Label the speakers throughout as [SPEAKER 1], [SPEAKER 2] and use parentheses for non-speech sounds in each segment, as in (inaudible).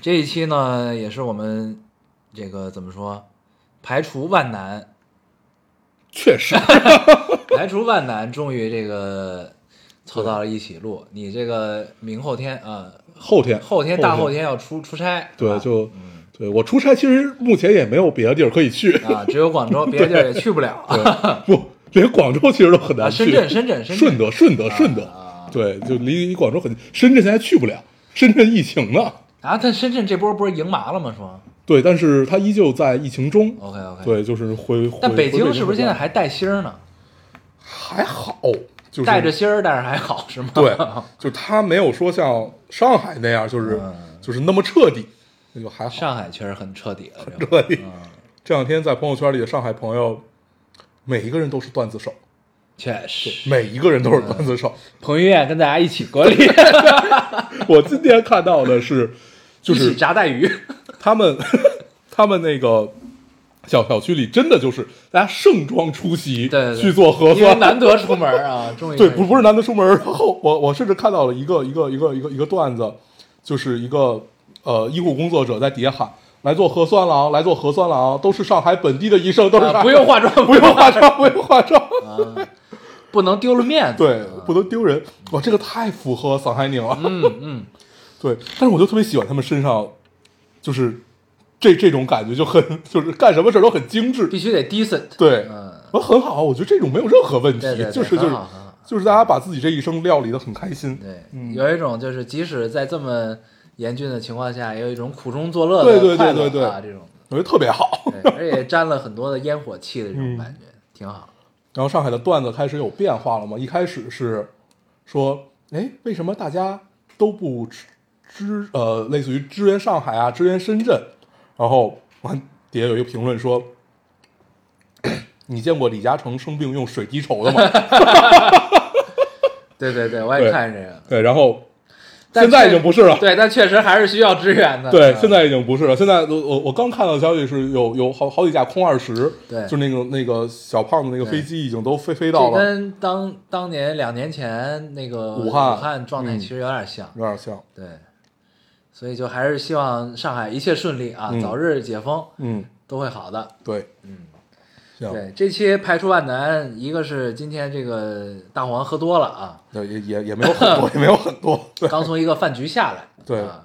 [SPEAKER 1] 这一期呢，也是我们这个怎么说，排除万难，
[SPEAKER 2] 确
[SPEAKER 1] (laughs)
[SPEAKER 2] 实
[SPEAKER 1] 排除万难，终于这个凑到了一起录。你这个明后天啊、
[SPEAKER 2] 后天
[SPEAKER 1] 后天大后天啊嗯要出出差，是吧
[SPEAKER 2] 对就对我出差，其实目前也没有别的地儿可以去，
[SPEAKER 1] 啊，只有广州，
[SPEAKER 2] (laughs)
[SPEAKER 1] 别的地儿也去不了
[SPEAKER 2] 不，连广州其实都很
[SPEAKER 1] 啊。
[SPEAKER 2] 难去。
[SPEAKER 1] 深圳，深圳，深
[SPEAKER 2] 顺
[SPEAKER 1] 圳，
[SPEAKER 2] 德，顺德，顺德，
[SPEAKER 1] 啊
[SPEAKER 2] 对，就离广州很近。深圳现在去不了，深圳疫情呢。
[SPEAKER 1] 啊，但深圳这波不是赢麻了吗？是吗
[SPEAKER 2] 对，但是它依旧在疫情中。
[SPEAKER 1] ？OK OK。。
[SPEAKER 2] 对，就是回回。
[SPEAKER 1] 哦哎但北
[SPEAKER 2] 回
[SPEAKER 1] 京是不是现在
[SPEAKER 2] 回
[SPEAKER 1] 还带星儿呢？
[SPEAKER 2] 还好？就是
[SPEAKER 1] 带着星儿，但是还好是吗？
[SPEAKER 2] 对，就它没有说像上海那样，就是
[SPEAKER 1] 嗯
[SPEAKER 2] 就是那么彻底，那就还好。
[SPEAKER 1] (laughs) 上海确实很彻底了，这个
[SPEAKER 2] 对，这两天在朋友圈里的上海朋友，每一个人都是段子手，
[SPEAKER 1] 确实。
[SPEAKER 2] 每一个人都是段子手。
[SPEAKER 1] 彭于晏跟大家一起隔离，
[SPEAKER 2] (laughs)
[SPEAKER 1] (laughs)
[SPEAKER 2] 我今天看到的是，就
[SPEAKER 1] 一起
[SPEAKER 2] 是
[SPEAKER 1] 炸带
[SPEAKER 2] (laughs)
[SPEAKER 1] 鱼，
[SPEAKER 2] 他们他们那个小小区里真的就是大家盛装出
[SPEAKER 1] 对
[SPEAKER 2] 席
[SPEAKER 1] 对对
[SPEAKER 2] 去做核
[SPEAKER 1] 因为
[SPEAKER 2] 酸。
[SPEAKER 1] 难得出门啊，终于
[SPEAKER 2] 对，
[SPEAKER 1] 可以
[SPEAKER 2] 不不是难得出门。然后我我甚至看到了一个一个一个一个一个段子，就是一个呃医护工作者在底下喊。来做核酸了啊！来做核酸了啊！都是上海本地的医生，都是上
[SPEAKER 1] 啊
[SPEAKER 2] 海
[SPEAKER 1] 不用化妆，
[SPEAKER 2] (laughs) 不用化妆，不用化妆。
[SPEAKER 1] 啊，不能丢了面子。
[SPEAKER 2] 对，不能丢人。哇，这个太符合桑海宁了。
[SPEAKER 1] 嗯嗯，
[SPEAKER 2] (laughs) 对，但是我就特别喜欢他们身上，就是这这种感觉，就很 (laughs) 就是干什么事儿都很精致。
[SPEAKER 1] 必须得 decent。
[SPEAKER 2] 对，
[SPEAKER 1] 嗯，
[SPEAKER 2] 我很好，啊我觉得这种没有任何问题
[SPEAKER 1] 对对，对
[SPEAKER 2] (laughs) 就是就
[SPEAKER 1] 很
[SPEAKER 2] 是
[SPEAKER 1] 好很好
[SPEAKER 2] 就是大家把自己这一生料理的很开心。
[SPEAKER 1] 对，
[SPEAKER 2] 嗯
[SPEAKER 1] 有一种就是即使在这么严峻的情况下，也有一种苦中作乐
[SPEAKER 2] 对
[SPEAKER 1] 的
[SPEAKER 2] 对对
[SPEAKER 1] 快乐
[SPEAKER 2] 对对
[SPEAKER 1] 啊，这种，
[SPEAKER 2] 我觉得特别好。
[SPEAKER 1] 对，而且沾了很多的烟火气的这
[SPEAKER 2] 嗯
[SPEAKER 1] 种感觉，挺好。
[SPEAKER 2] 然后上海的段子开始有变化了嘛？一开始是说，哎，为什么大家都不支支呃，类似于支援上海啊，支援深圳？然后我看底下有一个评论说， (coughs) 你见过李嘉诚生病用水滴筹的吗？
[SPEAKER 1] 对对对，我也
[SPEAKER 2] 对
[SPEAKER 1] 看这个，
[SPEAKER 2] (laughs) 对，然后
[SPEAKER 1] 但
[SPEAKER 2] 现在
[SPEAKER 1] 确
[SPEAKER 2] 已经不是了。
[SPEAKER 1] 对，但确实还是需要支援的。
[SPEAKER 2] (laughs) 对
[SPEAKER 1] 嗯，
[SPEAKER 2] 现在已经不是了。现在我我我刚看到的消息是有有好好几架空二十，
[SPEAKER 1] 对
[SPEAKER 2] 就那个那个小胖子那个
[SPEAKER 1] 对
[SPEAKER 2] 飞机已经都飞飞到
[SPEAKER 1] 这
[SPEAKER 2] 了，
[SPEAKER 1] 跟当当年两年前那个
[SPEAKER 2] 武汉
[SPEAKER 1] 武汉状态
[SPEAKER 2] 嗯
[SPEAKER 1] 其实有点像，
[SPEAKER 2] 有点像，
[SPEAKER 1] 对，所以就还是希望上海一切顺利啊，
[SPEAKER 2] 嗯
[SPEAKER 1] 早日解封，
[SPEAKER 2] 嗯，
[SPEAKER 1] 都会好的。
[SPEAKER 2] 对，
[SPEAKER 1] 嗯，
[SPEAKER 2] 像
[SPEAKER 1] 对，这期排除万难，一个是今天这个大黄喝多了啊，
[SPEAKER 2] 对，也也也没有
[SPEAKER 1] (laughs)
[SPEAKER 2] 很多，也没有很多。对，
[SPEAKER 1] 刚从一个饭局下来，
[SPEAKER 2] 对
[SPEAKER 1] 啊，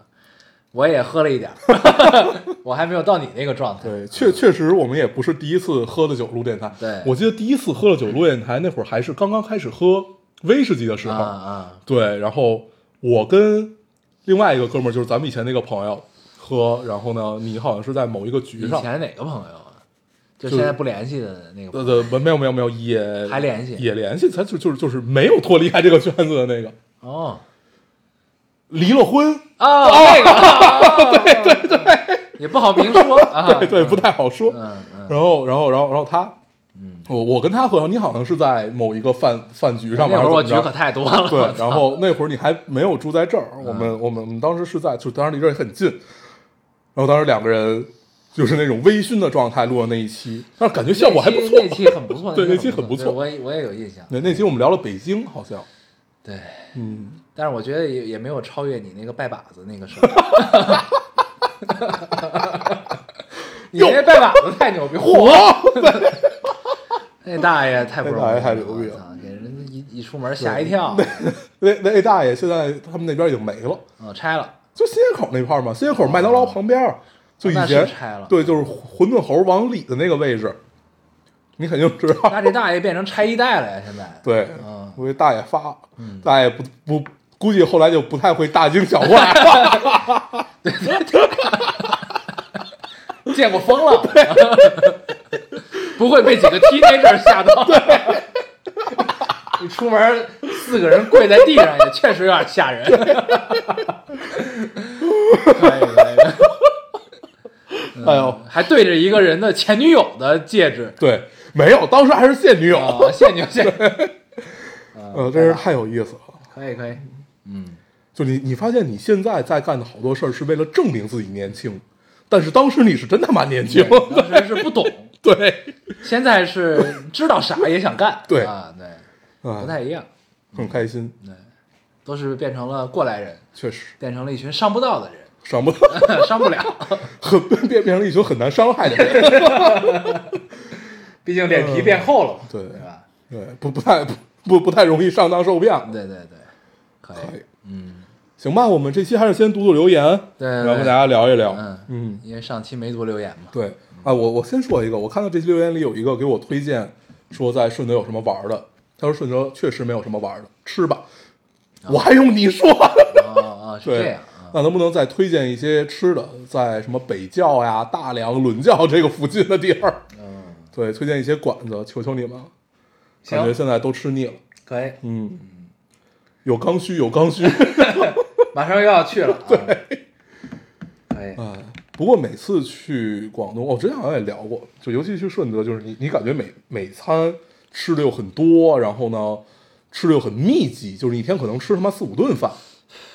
[SPEAKER 1] 我也喝了一点儿，我还没有到你那个状态，
[SPEAKER 2] 对，确确实我们也不是第一次喝的酒录电台。
[SPEAKER 1] 对
[SPEAKER 2] 我记得第一次喝了酒录电台那会儿还是刚刚开始喝威士忌的时
[SPEAKER 1] 啊
[SPEAKER 2] 候。
[SPEAKER 1] 啊，
[SPEAKER 2] 对，然后我跟另外一个哥们儿，就是咱们以前那个朋友喝，然后呢，你好像是在某一个局
[SPEAKER 1] 以
[SPEAKER 2] 上，
[SPEAKER 1] 前哪个朋友啊？就
[SPEAKER 2] 就
[SPEAKER 1] 现在不联系的那个朋
[SPEAKER 2] 呃
[SPEAKER 1] 友，
[SPEAKER 2] 呃，没有没有没有，也
[SPEAKER 1] 还联系
[SPEAKER 2] 也联系，他就就是就是没有脱离开这个圈子的那个，
[SPEAKER 1] 哦。
[SPEAKER 2] 离了婚，
[SPEAKER 1] 哦，那个，对对对，也不好明说啊，
[SPEAKER 2] 对对，不太好说。
[SPEAKER 1] 嗯嗯，
[SPEAKER 2] 然后，然后，然后，然后他，嗯，我我跟他合，你好像是在某一个饭饭局上面，
[SPEAKER 1] 哎那会儿我局
[SPEAKER 2] 还是
[SPEAKER 1] 可
[SPEAKER 2] 怎么着
[SPEAKER 1] 太多了，
[SPEAKER 2] 对，然后那会儿你还没有住在这
[SPEAKER 1] 嗯
[SPEAKER 2] 儿，我们我们我们当时是在，就当时离这儿很近，然后当时两个人就是那种微醺的状态录的那一期，但是感觉效果还不错
[SPEAKER 1] 那。期很不错，
[SPEAKER 2] 对
[SPEAKER 1] 那
[SPEAKER 2] 那期
[SPEAKER 1] 很
[SPEAKER 2] 很不错
[SPEAKER 1] 对我也我也有印象，
[SPEAKER 2] 那那期我们聊了北京，好像，
[SPEAKER 1] 对，
[SPEAKER 2] 嗯，
[SPEAKER 1] 但是我觉得也也没有超越你那个拜把子那个
[SPEAKER 2] (laughs)
[SPEAKER 1] 事儿。你那拜把子太牛逼，嚯！ (laughs) 那大爷太不容易了，
[SPEAKER 2] 那大爷太牛逼了
[SPEAKER 1] 我操，给人一一出门吓一跳，
[SPEAKER 2] 那那那大爷现在他们那边已经没了，
[SPEAKER 1] 嗯，拆了，
[SPEAKER 2] 就新街口那块儿嘛，新街口麦当劳旁边儿，就以
[SPEAKER 1] 哦那是
[SPEAKER 2] 前
[SPEAKER 1] 拆了
[SPEAKER 2] 对，就是馄饨猴往里的那个位置，你肯定知
[SPEAKER 1] (laughs)
[SPEAKER 2] 道。
[SPEAKER 1] 那这大爷变成拆一代了呀，现在。
[SPEAKER 2] 对
[SPEAKER 1] 嗯，
[SPEAKER 2] 我给大爷发，大爷不不，估计后来就不太会大惊小怪了。 (laughs)
[SPEAKER 1] 见过疯了， (laughs) 不会被几个 teenager 吓
[SPEAKER 2] (laughs)
[SPEAKER 1] 到。 (laughs) 你出门四个人跪在地上，也确哎实有点吓人。可以可以，
[SPEAKER 2] 哎
[SPEAKER 1] 嗯还对着一个人的前女友的戒指。
[SPEAKER 2] 对，没有，当时还是现女友，
[SPEAKER 1] 啊，谢谢你，
[SPEAKER 2] (laughs)
[SPEAKER 1] 谢谢你。
[SPEAKER 2] 呃，真是太有意思了。
[SPEAKER 1] 可以可以，
[SPEAKER 2] 就你，你发现你现在在干的好多事儿是为了证明自己年轻，但是当时你是真他妈年轻，
[SPEAKER 1] 对当时是不懂，
[SPEAKER 2] 对，
[SPEAKER 1] 现在是知道啥也想干，
[SPEAKER 2] 对
[SPEAKER 1] 啊，对，不
[SPEAKER 2] 啊，
[SPEAKER 1] 太一嗯样，
[SPEAKER 2] 很开心，
[SPEAKER 1] 都是变成了过来人，
[SPEAKER 2] 确实
[SPEAKER 1] 变成了一群上不到的人， (laughs)
[SPEAKER 2] 上不
[SPEAKER 1] 上不了，
[SPEAKER 2] (laughs) 很变变成了一群很难伤害的人，
[SPEAKER 1] 毕竟脸皮变厚了嘛，
[SPEAKER 2] 对
[SPEAKER 1] 对吧？
[SPEAKER 2] 对，不不太不不不太容易上当受骗，
[SPEAKER 1] 对对对，可
[SPEAKER 2] 可
[SPEAKER 1] 以
[SPEAKER 2] 以，，行吧，我们这期还是先读读留言，
[SPEAKER 1] 对
[SPEAKER 2] 然
[SPEAKER 1] 对
[SPEAKER 2] 后跟大家聊一聊，
[SPEAKER 1] 嗯
[SPEAKER 2] 嗯，
[SPEAKER 1] 因为上期没读留言 (laughs) 嘛，
[SPEAKER 2] 对啊，我我先说一个，我看到这期留言里有一个给我推荐，说在顺德有什么玩的，他说顺德确实没有什么玩的，吃吧，我还用你说？
[SPEAKER 1] 哦哦，是这
[SPEAKER 2] 对
[SPEAKER 1] 样啊，，
[SPEAKER 2] 那能不能再推荐一些吃的，在什么北教呀、大梁、伦教这个附近的地儿？
[SPEAKER 1] 嗯，
[SPEAKER 2] 对，推荐一些馆子，求求你们了，感觉
[SPEAKER 1] 行，
[SPEAKER 2] 现在都吃腻了，
[SPEAKER 1] 可以，
[SPEAKER 2] 嗯，有刚需，有刚需。 (laughs)
[SPEAKER 1] 马上又要去了， (laughs) 对，嗯可以，
[SPEAKER 2] 哎，不过每次去广东，我哦之前好像也聊过，就尤其去顺德，就是你你感觉每每餐吃的又很多，然后呢吃的又很密集，就是你一天可能吃他妈四五顿饭，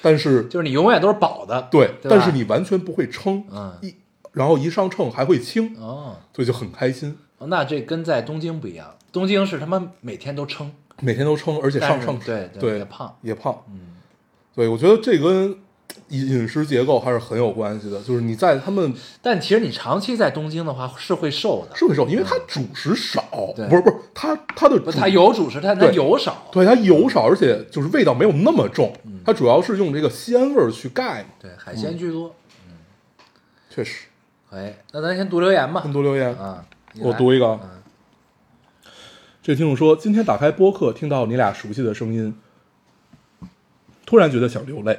[SPEAKER 2] 但是
[SPEAKER 1] 就是你永远都是饱的，
[SPEAKER 2] 对，
[SPEAKER 1] 对吧
[SPEAKER 2] 但是你完全不会撑，
[SPEAKER 1] 嗯
[SPEAKER 2] 一然后一上秤还会轻，
[SPEAKER 1] 哦，
[SPEAKER 2] 所以就很开心，
[SPEAKER 1] 那这跟在东京不一样，东京是他妈每天都称，
[SPEAKER 2] 每天都称，而且上
[SPEAKER 1] 但是
[SPEAKER 2] 秤
[SPEAKER 1] 对对
[SPEAKER 2] 对
[SPEAKER 1] 也胖
[SPEAKER 2] 也胖，嗯，对我觉得这跟饮饮食结构还是很有关系的，就是你在他们
[SPEAKER 1] 但其实你长期在东京的话是会瘦的，
[SPEAKER 2] 是会瘦，因为它主食少，
[SPEAKER 1] 对
[SPEAKER 2] 不是不是，它它的
[SPEAKER 1] 不，
[SPEAKER 2] 主
[SPEAKER 1] 它油主食，它它
[SPEAKER 2] 对
[SPEAKER 1] 油少，
[SPEAKER 2] 对，它油少，而且就是味道没有那么重，
[SPEAKER 1] 嗯
[SPEAKER 2] 它主要是用这个鲜味儿去盖嘛。
[SPEAKER 1] 对，嗯海鲜居多。
[SPEAKER 2] 确实，
[SPEAKER 1] 可以，那咱先读留言吧
[SPEAKER 2] 很。多留言，
[SPEAKER 1] 啊，你来
[SPEAKER 2] 我读一个。啊。这听众说，今天打开播客，听到你俩熟悉的声音，突然觉得想流泪。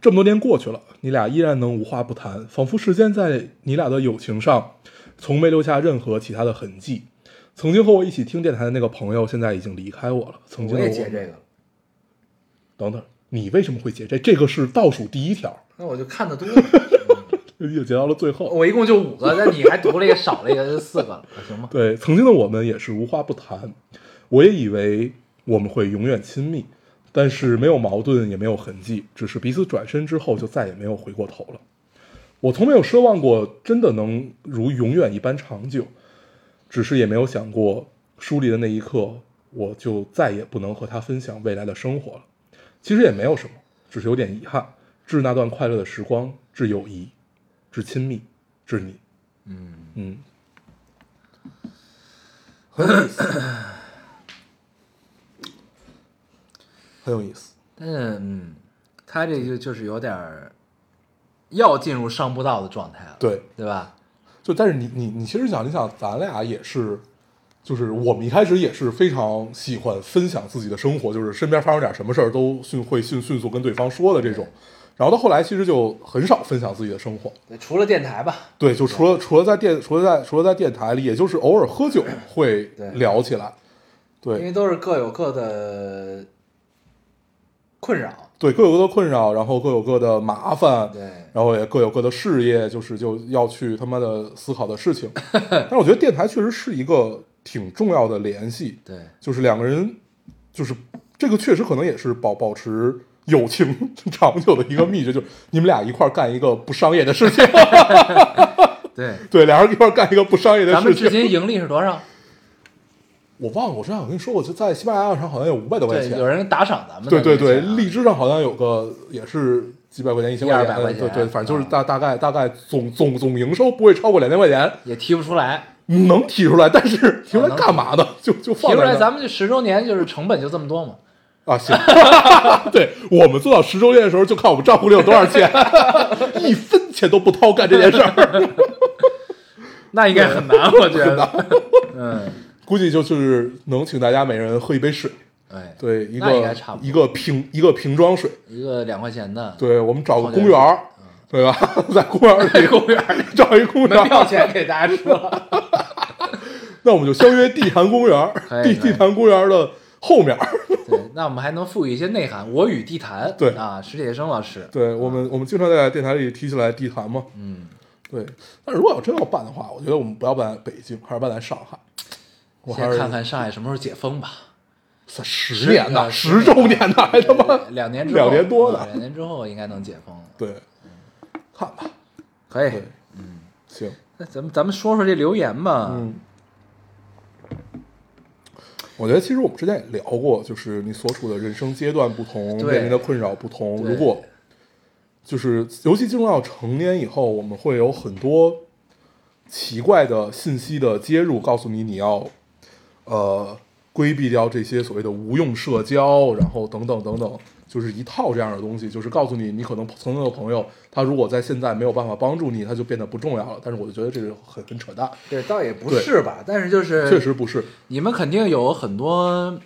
[SPEAKER 2] 这么多年过去了，你俩依然能无话不谈，仿佛时间在你俩的友情上从没留下任何其他的痕迹。曾经和我一起听电台的那个朋友，现在已经离开我了。曾经
[SPEAKER 1] 我
[SPEAKER 2] 的
[SPEAKER 1] 也
[SPEAKER 2] 我，
[SPEAKER 1] 接这个，
[SPEAKER 2] 等等，你为什么会截这？这个是倒数第一条。
[SPEAKER 1] 那我就看的多了。
[SPEAKER 2] 又截到了最后。
[SPEAKER 1] (laughs) 我一共就五个，那你还读了一个，少了一个，就四个了，行吗？
[SPEAKER 2] 对，曾经的我们也是无话不谈，我也以为我们会永远亲密，但是没有矛盾，也没有痕迹，只是彼此转身之后就再也没有回过头了。我从没有奢望过真的能如永远一般长久，只是也没有想过疏离的那一刻，我就再也不能和他分享未来的生活了。其实也没有什么，只是有点遗憾，致那段快乐的时光，致友谊，致亲密，致你。嗯嗯，很有意思，很有意思。
[SPEAKER 1] (laughs) 但是，嗯，他这就就是有点儿要进入上不到的状态了，
[SPEAKER 2] 对，
[SPEAKER 1] 对吧？
[SPEAKER 2] 就但是你你你其实想，你想咱俩也是，就是我们一开始也是非常喜欢分享自己的生活，就是身边发生点什么事儿都迅会迅迅速跟对方说的这种。然后到后来，其实就很少分享自己的生活，
[SPEAKER 1] 对，除了电台吧，
[SPEAKER 2] 对，就除了除了在电除了在除了在电台里，也就是偶尔喝酒会
[SPEAKER 1] 对
[SPEAKER 2] 聊起来，对，
[SPEAKER 1] 因为都是各有各的困扰，
[SPEAKER 2] 对，各有各的困扰，然后各有各的麻烦，
[SPEAKER 1] 对
[SPEAKER 2] 然后也各有各的事业，就是就要去他妈的思考的事情。 (laughs) 但是我觉得电台确实是一个挺重要的联系，
[SPEAKER 1] 对，
[SPEAKER 2] 就是两个人，就是这个确实可能也是保保持友情 (laughs) 长久的一个秘诀，就是你们俩一块儿干一个不商业的事情， (laughs)
[SPEAKER 1] 对。
[SPEAKER 2] 对，俩人一块儿干一个不商业的
[SPEAKER 1] 咱们
[SPEAKER 2] 事
[SPEAKER 1] 至
[SPEAKER 2] 情。
[SPEAKER 1] 今盈利是多
[SPEAKER 2] (laughs)
[SPEAKER 1] 少？
[SPEAKER 2] 我忘了，我之前好像跟你说过，就在西班牙上好像有五百多块
[SPEAKER 1] 对，
[SPEAKER 2] 钱
[SPEAKER 1] 有，人打赏咱们的
[SPEAKER 2] 对
[SPEAKER 1] 那
[SPEAKER 2] 对
[SPEAKER 1] 个钱啊，
[SPEAKER 2] 对，荔枝上好像有个也是几百块钱，一千
[SPEAKER 1] 一二
[SPEAKER 2] 块
[SPEAKER 1] 百块钱
[SPEAKER 2] 对对，反正就是
[SPEAKER 1] 啊
[SPEAKER 2] 大大概大概总总总营收不会超过两千块钱，
[SPEAKER 1] 也提不出来，
[SPEAKER 2] 能提出来，但是提出
[SPEAKER 1] 嗯
[SPEAKER 2] 来
[SPEAKER 1] 能
[SPEAKER 2] 干嘛呢？就就
[SPEAKER 1] 提
[SPEAKER 2] 放
[SPEAKER 1] 出
[SPEAKER 2] 在
[SPEAKER 1] 来
[SPEAKER 2] 那
[SPEAKER 1] 咱们就十周年，就是成本就这么多嘛。
[SPEAKER 2] 啊行， (laughs) 对我们做到十周年的时候，就看我们账户里有多少 (laughs) 钱，一分钱都不掏干这件事 (laughs) 儿，
[SPEAKER 1] 那应该很难，我觉得。嗯，
[SPEAKER 2] 估计就就是能请大家每人喝一杯水，
[SPEAKER 1] 哎，
[SPEAKER 2] 对一
[SPEAKER 1] 那应该
[SPEAKER 2] 个
[SPEAKER 1] 差不多嗯
[SPEAKER 2] 一个瓶一个瓶装水，
[SPEAKER 1] 一个两块钱的，，
[SPEAKER 2] 对我们找个
[SPEAKER 1] 矿泉
[SPEAKER 2] 公园儿，对吧？ (laughs) 在公园儿里
[SPEAKER 1] 嗯公园里
[SPEAKER 2] 找一 (laughs) 公园
[SPEAKER 1] 门
[SPEAKER 2] 儿。
[SPEAKER 1] 票钱给大家吃了。
[SPEAKER 2] 那我们就相约地坛公园儿
[SPEAKER 1] 可，以
[SPEAKER 2] 地
[SPEAKER 1] 可以
[SPEAKER 2] 地坛公园儿的后面儿。
[SPEAKER 1] (laughs) 对，那我们还能赋予一些内涵。我与地坛，
[SPEAKER 2] 对
[SPEAKER 1] 啊，史铁生老师，
[SPEAKER 2] 对我们，我们经常在电台里提起来地坛嘛。嗯，对，但如果要真要办的话，我觉得我们不要办在北京，还是办在上海。我还
[SPEAKER 1] 先
[SPEAKER 2] 是
[SPEAKER 1] 看看上海什么时候解
[SPEAKER 2] (laughs)
[SPEAKER 1] 封吧。
[SPEAKER 2] 算十年呐，
[SPEAKER 1] 十呃
[SPEAKER 2] 十周年呐，还他妈
[SPEAKER 1] 两年之后，
[SPEAKER 2] 两年多
[SPEAKER 1] 嗯
[SPEAKER 2] 呢。
[SPEAKER 1] 两年之后应该能解
[SPEAKER 2] (laughs)
[SPEAKER 1] 封了。
[SPEAKER 2] 对，看吧，
[SPEAKER 1] 可
[SPEAKER 2] 对，嗯，行，
[SPEAKER 1] 那咱们咱们说说这留言吧。
[SPEAKER 2] 嗯，我觉得其实我们之前也聊过，就是你所处的人生阶段不同，
[SPEAKER 1] 对
[SPEAKER 2] 面临的困扰不同。
[SPEAKER 1] 对
[SPEAKER 2] 如果就是尤其进入到成年以后，我们会有很多奇怪的信息的接入，告诉你你要呃规避掉这些所谓的无用社交，然后等等等等，就是一套这样的东西，就是告诉你你可能曾经的朋友，他如果在现在没有办法帮助你，他就变得不重要了。但是我就觉得这个很很扯淡。
[SPEAKER 1] 对，倒也不
[SPEAKER 2] 对
[SPEAKER 1] 是吧，但是就是
[SPEAKER 2] 确实不是
[SPEAKER 1] 你们肯定有很多，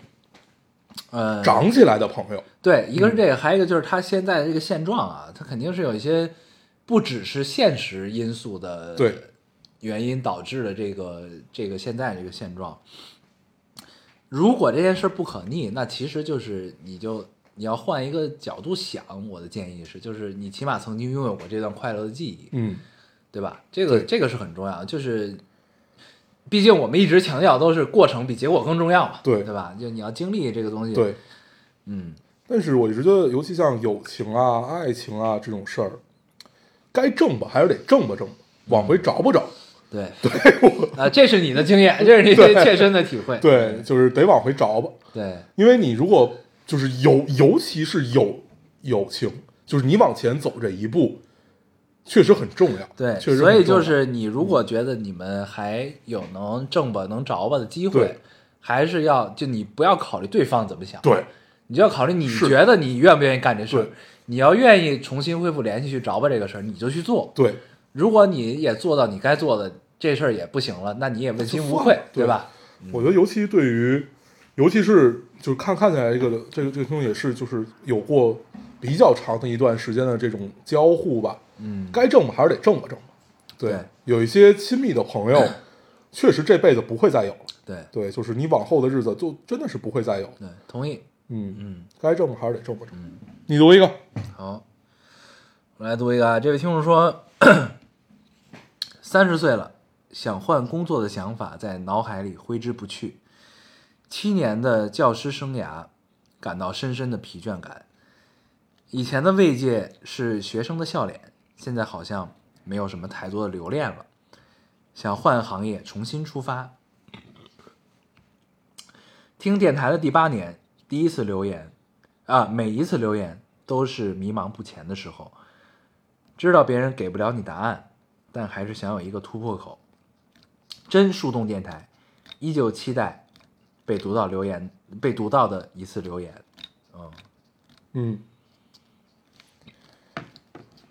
[SPEAKER 1] 呃，
[SPEAKER 2] 长起来的朋友，
[SPEAKER 1] 对，一
[SPEAKER 2] 嗯
[SPEAKER 1] 个是这个，还有一个就是他现在的这个现状啊，他肯定是有一些不只是现实因素的
[SPEAKER 2] 对
[SPEAKER 1] 原因导致的这个这个现在这个现状。如果这件事不可逆，那其实就是你就你要换一个角度想，我的建议是，就是你起码曾经拥有过这段快乐的记忆，
[SPEAKER 2] 嗯，
[SPEAKER 1] 对吧？这个
[SPEAKER 2] 对
[SPEAKER 1] 这个是很重要的，就是，毕竟我们一直强调都是过程比结果更重要嘛，
[SPEAKER 2] 对
[SPEAKER 1] 对吧？就你要经历这个东西，
[SPEAKER 2] 对。
[SPEAKER 1] 嗯，
[SPEAKER 2] 但是我一直觉得，尤其像友情啊、爱情啊这种事儿，该挣吧还是得挣吧挣吧，往回找不找？
[SPEAKER 1] 对对，
[SPEAKER 2] (laughs)
[SPEAKER 1] 啊，这是你的经验，这是你的切身的体会，
[SPEAKER 2] 对，就是得往回找吧。
[SPEAKER 1] 对
[SPEAKER 2] 因为你如果就是有，尤其是有友情，就是你往前走这一步，确实很重要。
[SPEAKER 1] 对，
[SPEAKER 2] 确实很
[SPEAKER 1] 所以
[SPEAKER 2] 重
[SPEAKER 1] 就
[SPEAKER 2] 要
[SPEAKER 1] 是你如果觉得你们还有能挣吧、能着吧的机会
[SPEAKER 2] 对，
[SPEAKER 1] 还是要就你不要考虑对方怎么想，，
[SPEAKER 2] 对
[SPEAKER 1] 你就要考虑你
[SPEAKER 2] 是
[SPEAKER 1] 觉得你愿不愿意干这事儿
[SPEAKER 2] 对。
[SPEAKER 1] 你要愿意重新恢复联系去着吧这个事儿，你就去做。
[SPEAKER 2] 对
[SPEAKER 1] 如果你也做到你该做的，这事儿也不行了，那你也问心无愧，
[SPEAKER 2] 对
[SPEAKER 1] 吧？？
[SPEAKER 2] 我觉得尤其对于，尤其是就是看看起来这个这个这个东西也是就是有过比较长的一段时间的这种交互吧，
[SPEAKER 1] 嗯，
[SPEAKER 2] 该挣吧还是得挣吧挣吧。对，
[SPEAKER 1] 对
[SPEAKER 2] 有一些亲密的
[SPEAKER 1] (laughs)
[SPEAKER 2] 朋友，确实这辈子不会再有了。
[SPEAKER 1] 对
[SPEAKER 2] 对，就是你往后的日子就真的是不会再有。
[SPEAKER 1] 对，同意。
[SPEAKER 2] 嗯，
[SPEAKER 1] 嗯，
[SPEAKER 2] 该挣吧还是得挣吧挣。你读一个，
[SPEAKER 1] 好，我来读一个啊，这位听众说， (coughs) 三十岁了，想换工作的想法在脑海里挥之不去，七年的教师生涯感到深深的疲倦感。以前的慰藉是学生的笑脸，现在好像没有什么太多的留恋了，想换行业重新出发。听电台的第八年，第一次留言，啊，每一次留言都是迷茫不前的时候，知道别人给不了你答案，但还是想有一个突破口。真树洞电台，依旧期待被读到留言，被读到的一次留言。嗯，
[SPEAKER 2] 嗯，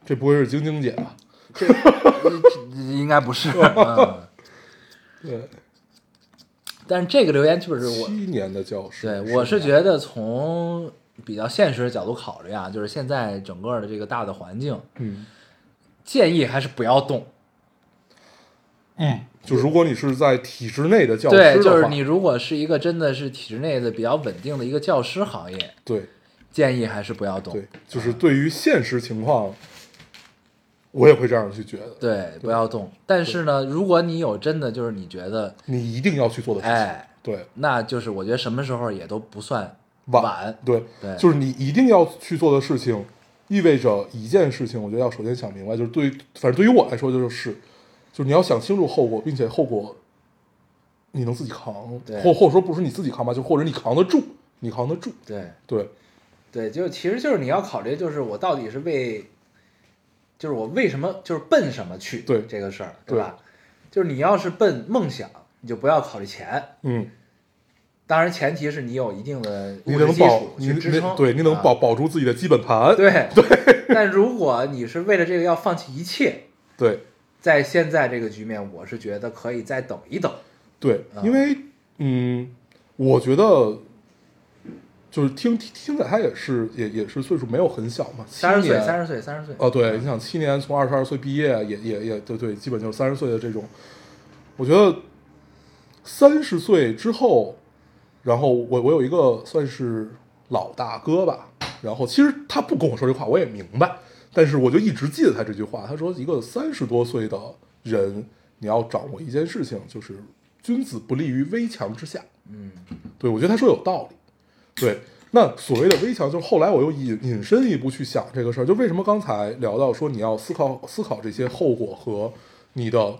[SPEAKER 2] 这不会是晶晶姐吧？
[SPEAKER 1] 这这应该不
[SPEAKER 2] (laughs)
[SPEAKER 1] 是。嗯，
[SPEAKER 2] 对，
[SPEAKER 1] 但是这个留言就是我
[SPEAKER 2] 七年的教师生涯，
[SPEAKER 1] 对，我是觉得从比较现实的角度考虑啊，就是现在整个的这个大的环境，
[SPEAKER 2] 嗯。
[SPEAKER 1] 建议还是不要动。
[SPEAKER 2] 嗯，就如果你是在体制内的教师的
[SPEAKER 1] 对，
[SPEAKER 2] 话，
[SPEAKER 1] 就是你如果是一个真的是体制内的比较稳定的一个教师行业，
[SPEAKER 2] 对
[SPEAKER 1] 建议还是不要动。
[SPEAKER 2] 对，就是对于现实情况，我也会这样去觉得，
[SPEAKER 1] 对不要动。但是呢，如果你有真的就是你觉得，
[SPEAKER 2] 你一定要去做的事情，
[SPEAKER 1] 哎，
[SPEAKER 2] 对，
[SPEAKER 1] 那就是我觉得什么时候也都不算
[SPEAKER 2] 晚
[SPEAKER 1] 晚
[SPEAKER 2] 对，
[SPEAKER 1] 对
[SPEAKER 2] 就是你一定要去做的事情，意味着一件事情，我觉得要首先想明白，就是对于，反正对于我来说就是，就是你要想清楚后果，并且后果你能自己扛，
[SPEAKER 1] 对
[SPEAKER 2] 或或者说不是你自己扛吧，就或者你扛得住，你扛得住，
[SPEAKER 1] 对
[SPEAKER 2] 对，
[SPEAKER 1] 对，就其实就是你要考虑，就是我到底是为，就是我为什么就是奔什么去
[SPEAKER 2] 对
[SPEAKER 1] 这个事儿，
[SPEAKER 2] 对
[SPEAKER 1] 吧？就是你要是奔梦想，你就不要考虑钱。
[SPEAKER 2] 嗯，
[SPEAKER 1] 当然，前提是你有一定的
[SPEAKER 2] 你
[SPEAKER 1] 物质
[SPEAKER 2] 能
[SPEAKER 1] 基
[SPEAKER 2] 保
[SPEAKER 1] 础，
[SPEAKER 2] 你
[SPEAKER 1] 去支
[SPEAKER 2] 能
[SPEAKER 1] 撑，
[SPEAKER 2] 对，你能
[SPEAKER 1] 啊
[SPEAKER 2] 保、保住自己的基本盘， (laughs)
[SPEAKER 1] 对对。但如果你是为了这个要放弃一切，
[SPEAKER 2] 对。
[SPEAKER 1] 在现在这个局面，我是觉得可以再等一等。
[SPEAKER 2] 对
[SPEAKER 1] 啊，
[SPEAKER 2] 因为嗯，我觉得就是听听听仔他也是也也是岁数没有很小嘛，
[SPEAKER 1] 三十岁，三
[SPEAKER 2] 十
[SPEAKER 1] 十岁，三十岁。嗯
[SPEAKER 2] 哦，对，你想七年从二十二岁毕业，也也也对对，基本就是三十岁的这种，我觉得三十岁之后，然后我我有一个算是老大哥吧，然后其实他不跟我说这话，我也明白。但是我就一直记得他这句话，他说一个三十多岁的人，你要掌握一件事情，就是君子不立于危墙之下。
[SPEAKER 1] 嗯，
[SPEAKER 2] 对，我觉得他说有道理。对，那所谓的危墙，就是后来我又引引申一步去想这个事儿，就为什么刚才聊到说你要思考思考这些后果和你的，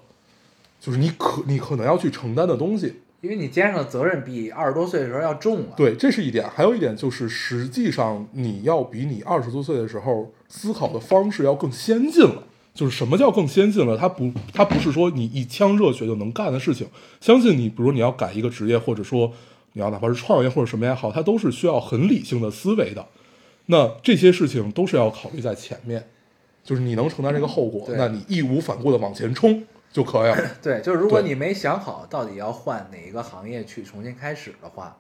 [SPEAKER 2] 就是你可你可能要去承担的东西。
[SPEAKER 1] 因为你肩上的责任比二十多岁的时候要重了。，啊
[SPEAKER 2] 对，这是一点。还有一点就是，实际上你要比你二十多岁的时候思考的方式要更先进了。就是什么叫更先进了？它不，它不是说你一腔热血就能干的事情。相信你，比如你要改一个职业，或者说你要哪怕是创业或者什么也好，它都是需要很理性的思维的。那这些事情都是要考虑在前面，就是你能承担这个后果，
[SPEAKER 1] 对
[SPEAKER 2] 那你义无反顾的往前冲就可以了。
[SPEAKER 1] 对，就是如果
[SPEAKER 2] 对
[SPEAKER 1] 你没想好到底要换哪一个行业去重新开始的话，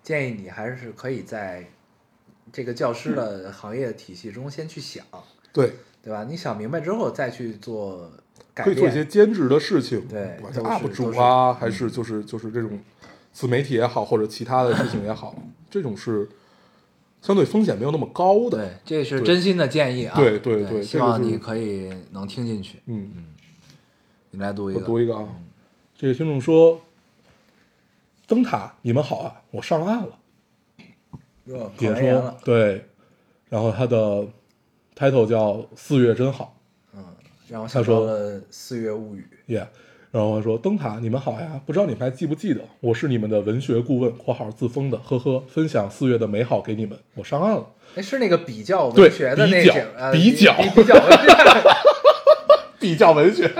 [SPEAKER 1] 建议你还是可以在这个教师的行业体系中先去想，
[SPEAKER 2] 对，
[SPEAKER 1] 对吧？你想明白之后再去做改
[SPEAKER 2] 可以
[SPEAKER 1] 变。
[SPEAKER 2] 做一些兼职的事情，
[SPEAKER 1] 对
[SPEAKER 2] 不管是
[SPEAKER 1] 都是嗯
[SPEAKER 2] UP 主
[SPEAKER 1] 都
[SPEAKER 2] 啊，
[SPEAKER 1] 是
[SPEAKER 2] 还是就是就是这种自媒体也好，或者其他的事情也好，这种是相对风险没有那么高的。
[SPEAKER 1] 对，这是
[SPEAKER 2] 对
[SPEAKER 1] 真心的建议啊！
[SPEAKER 2] 对对对
[SPEAKER 1] 对，
[SPEAKER 2] 这
[SPEAKER 1] 希
[SPEAKER 2] 个
[SPEAKER 1] 望
[SPEAKER 2] 是
[SPEAKER 1] 你可以能听进去。
[SPEAKER 2] 嗯，
[SPEAKER 1] 你来读一
[SPEAKER 2] 我
[SPEAKER 1] 个，
[SPEAKER 2] 读一个啊，
[SPEAKER 1] 嗯
[SPEAKER 2] 这个听众说：“灯塔，你们好啊，我上岸了。”
[SPEAKER 1] 哟
[SPEAKER 2] 解
[SPEAKER 1] 考研
[SPEAKER 2] 说
[SPEAKER 1] 了，
[SPEAKER 2] 对，然后他的 title 叫《四月真好》。
[SPEAKER 1] 让我想
[SPEAKER 2] 他说
[SPEAKER 1] 到了《四月物语》。
[SPEAKER 2] 耶、然后他说：“灯塔，你们好呀！不知道你们还记不记得，我是你们的文学顾问（括号自封的），呵呵，分享四月的美好给你们。我上岸了，
[SPEAKER 1] 哎，是那个比较
[SPEAKER 2] 对
[SPEAKER 1] 文学的那个
[SPEAKER 2] 比较
[SPEAKER 1] 节目呃
[SPEAKER 2] 比较
[SPEAKER 1] 比比较文学，
[SPEAKER 2] 比较文学，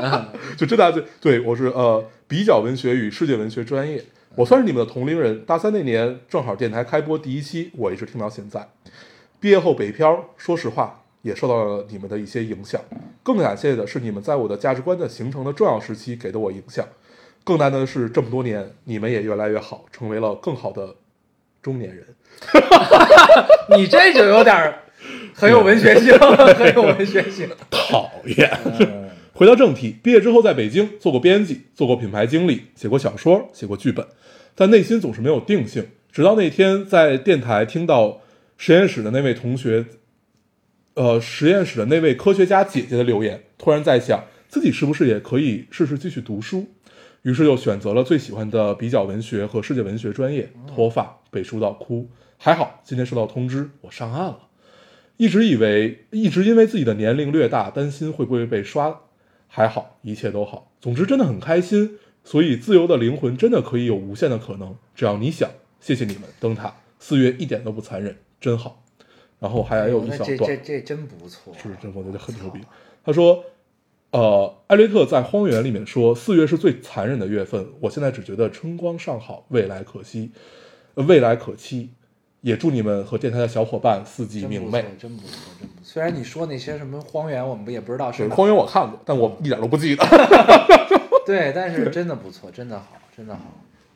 [SPEAKER 2] (laughs) 就真的对对，我是呃比较文学与世界文学专业，我算是你们的同龄人。大三那年正好电台开播第一期，我一直听到现在。毕业后北漂，说实话也受到了你们的一些影响。更感谢的是你们在我的价值观的形成的重要时期给的我影响。更难的是这么多年，你们也越来越好，成为了更好的中年人。
[SPEAKER 1] 你这就有点儿很有文学性，很有文学性。
[SPEAKER 2] 讨厌。 (laughs) 回到正题，毕业之后在北京做过编辑，做过品牌经理，写过小说，写过剧本，但内心总是没有定性。直到那天在电台听到实验室的那位同学，呃，实验室的那位科学家姐姐的留言，突然在想自己是不是也可以试试继续读书，于是又选择了最喜欢的比较文学和世界文学专业，脱发被书到哭。还好今天收到通知，我上岸了。一直以为，一直因为自己的年龄略大，担心会不会被刷，还好，一切都好。总之，真的很开心。所以，自由的灵魂真的可以有无限的可能，只要你想。谢谢你们，灯塔四月一点都不残忍，真好。然后还有
[SPEAKER 1] 哦
[SPEAKER 2] 一
[SPEAKER 1] 那
[SPEAKER 2] 小
[SPEAKER 1] 这
[SPEAKER 2] 段，
[SPEAKER 1] 这这真不错，
[SPEAKER 2] 是真我觉得很牛逼。他说，呃，艾略特在《荒原》里面说，四月是最残忍的月份。我现在只觉得春光尚好，未来可惜，呃未来可期。也祝你们和电台的小伙伴四季
[SPEAKER 1] 真不
[SPEAKER 2] 明
[SPEAKER 1] 错
[SPEAKER 2] 媚。
[SPEAKER 1] 真不错，真不错。虽然你说那些什么荒原，我们也不知道是
[SPEAKER 2] 对，《
[SPEAKER 1] 哪
[SPEAKER 2] 荒原》我看过，但我一点都不记得。
[SPEAKER 1] 对，但是真的不错，真的好，真的好。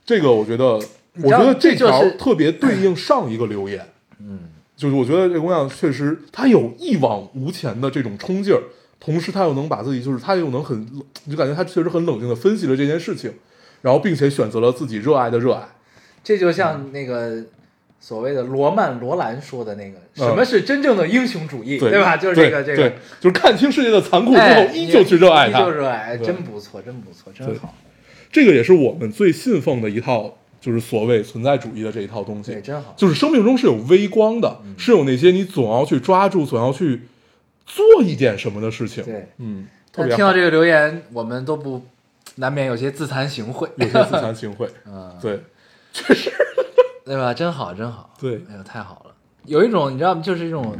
[SPEAKER 2] 这个我觉得，
[SPEAKER 1] 知
[SPEAKER 2] 我
[SPEAKER 1] 道
[SPEAKER 2] 觉得这
[SPEAKER 1] 这就是
[SPEAKER 2] 条特别对应上一个留言，
[SPEAKER 1] 嗯，
[SPEAKER 2] 就是我觉得这姑娘确实她有一往无前的这种冲劲儿，同时她又能把自己，就是她又能很，你就感觉她确实很冷静的分析了这件事情，然后并且选择了自己热爱的热爱。
[SPEAKER 1] 这就像那个所谓的罗曼·罗兰说的那个，
[SPEAKER 2] 嗯
[SPEAKER 1] 什么是真正的英雄主义，对吧？就是
[SPEAKER 2] 对
[SPEAKER 1] 这个这个
[SPEAKER 2] 对。，就是看清世界的残酷之
[SPEAKER 1] 哎
[SPEAKER 2] 后，依旧去热爱
[SPEAKER 1] 依旧
[SPEAKER 2] 它。
[SPEAKER 1] 热爱，
[SPEAKER 2] 对
[SPEAKER 1] 真不错，真不错，真
[SPEAKER 2] 对
[SPEAKER 1] 好，
[SPEAKER 2] 这个也是我们最信奉的一套，就是所谓存在主义的这一套东
[SPEAKER 1] 对，
[SPEAKER 2] 西。
[SPEAKER 1] 真好。
[SPEAKER 2] 就是生命中是有微光的，
[SPEAKER 1] 嗯
[SPEAKER 2] 是有那些你总要去抓住、总要去做一点什么的事情。
[SPEAKER 1] 对，
[SPEAKER 2] 嗯，特
[SPEAKER 1] 但
[SPEAKER 2] 别
[SPEAKER 1] 听到
[SPEAKER 2] 好
[SPEAKER 1] 这个留言，我们都不难免有些自惭形秽，
[SPEAKER 2] 有些自惭形秽。
[SPEAKER 1] (laughs) 嗯，
[SPEAKER 2] 对，
[SPEAKER 1] 对吧？真好，真好，
[SPEAKER 2] 对
[SPEAKER 1] 哎呦，太好了，有一种你知道吗？就是一种，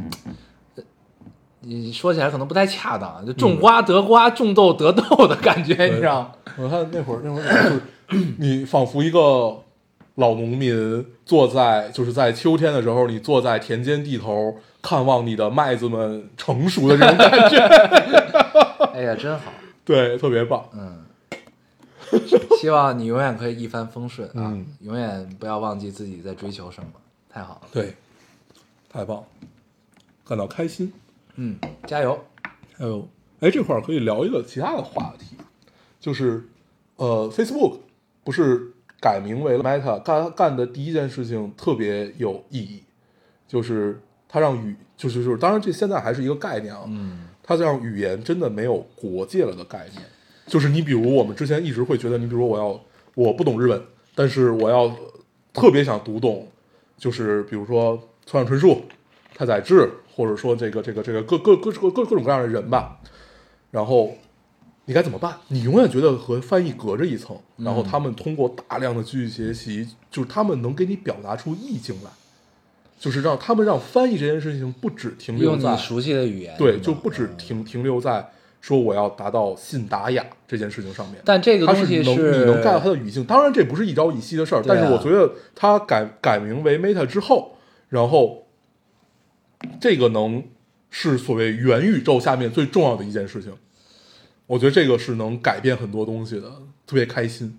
[SPEAKER 1] 呃你说起来可能不太恰当，啊就
[SPEAKER 2] 嗯
[SPEAKER 1] 种瓜得瓜，种豆得豆的感觉，你知道吗？
[SPEAKER 2] 我看那会儿，那会儿就是 (coughs) 你仿佛一个老农民坐在，就是在秋天的时候，你坐在田间地头看望你的麦子们成熟的这种感觉， (laughs)
[SPEAKER 1] 哎呀，真好，
[SPEAKER 2] 对，特别棒。
[SPEAKER 1] 嗯。希望你永远可以一帆风顺啊！
[SPEAKER 2] 嗯
[SPEAKER 1] 永远不要忘记自己在追求什么，太好了。
[SPEAKER 2] 对，太棒，了，感到开心。
[SPEAKER 1] 嗯，加油！
[SPEAKER 2] 还有，哎，这块儿可以聊一个其他的话题，就是呃，Facebook 不是改名为 Meta，干干的第一件事情特别有意义，就是它让语就是就是，当然这现在还是一个概念啊，
[SPEAKER 1] 嗯，
[SPEAKER 2] 它让语言真的没有国界了的概念。就是你比如我们之前一直会觉得，你比如我要我不懂日文，但是我要呃特别想读懂，就是比如说村上春树、太宰治，或者说这个这个这个各各各各各各种各样的人吧，然后。你该怎么办？你永远觉得和翻译隔着一层，然后他们通过大量的句学习，就是他们能给你表达出意境来，就是让他们让翻译这件事情不只停留
[SPEAKER 1] 用
[SPEAKER 2] 在
[SPEAKER 1] 你熟悉的语言，
[SPEAKER 2] 对，
[SPEAKER 1] 是吧
[SPEAKER 2] 就不止停停留在说我要达到信达雅这件事情上面。
[SPEAKER 1] 但这个
[SPEAKER 2] 它
[SPEAKER 1] 东西
[SPEAKER 2] 能
[SPEAKER 1] 是
[SPEAKER 2] 你能 get 到它的语境，当然这不是一朝一夕的事儿，
[SPEAKER 1] 对
[SPEAKER 2] 但
[SPEAKER 1] 啊
[SPEAKER 2] 是我觉得它改改名为 Meta 之后，然后这个能是所谓元宇宙下面最重要的一件事情。我觉得这个是能改变很多东西的，特别开心。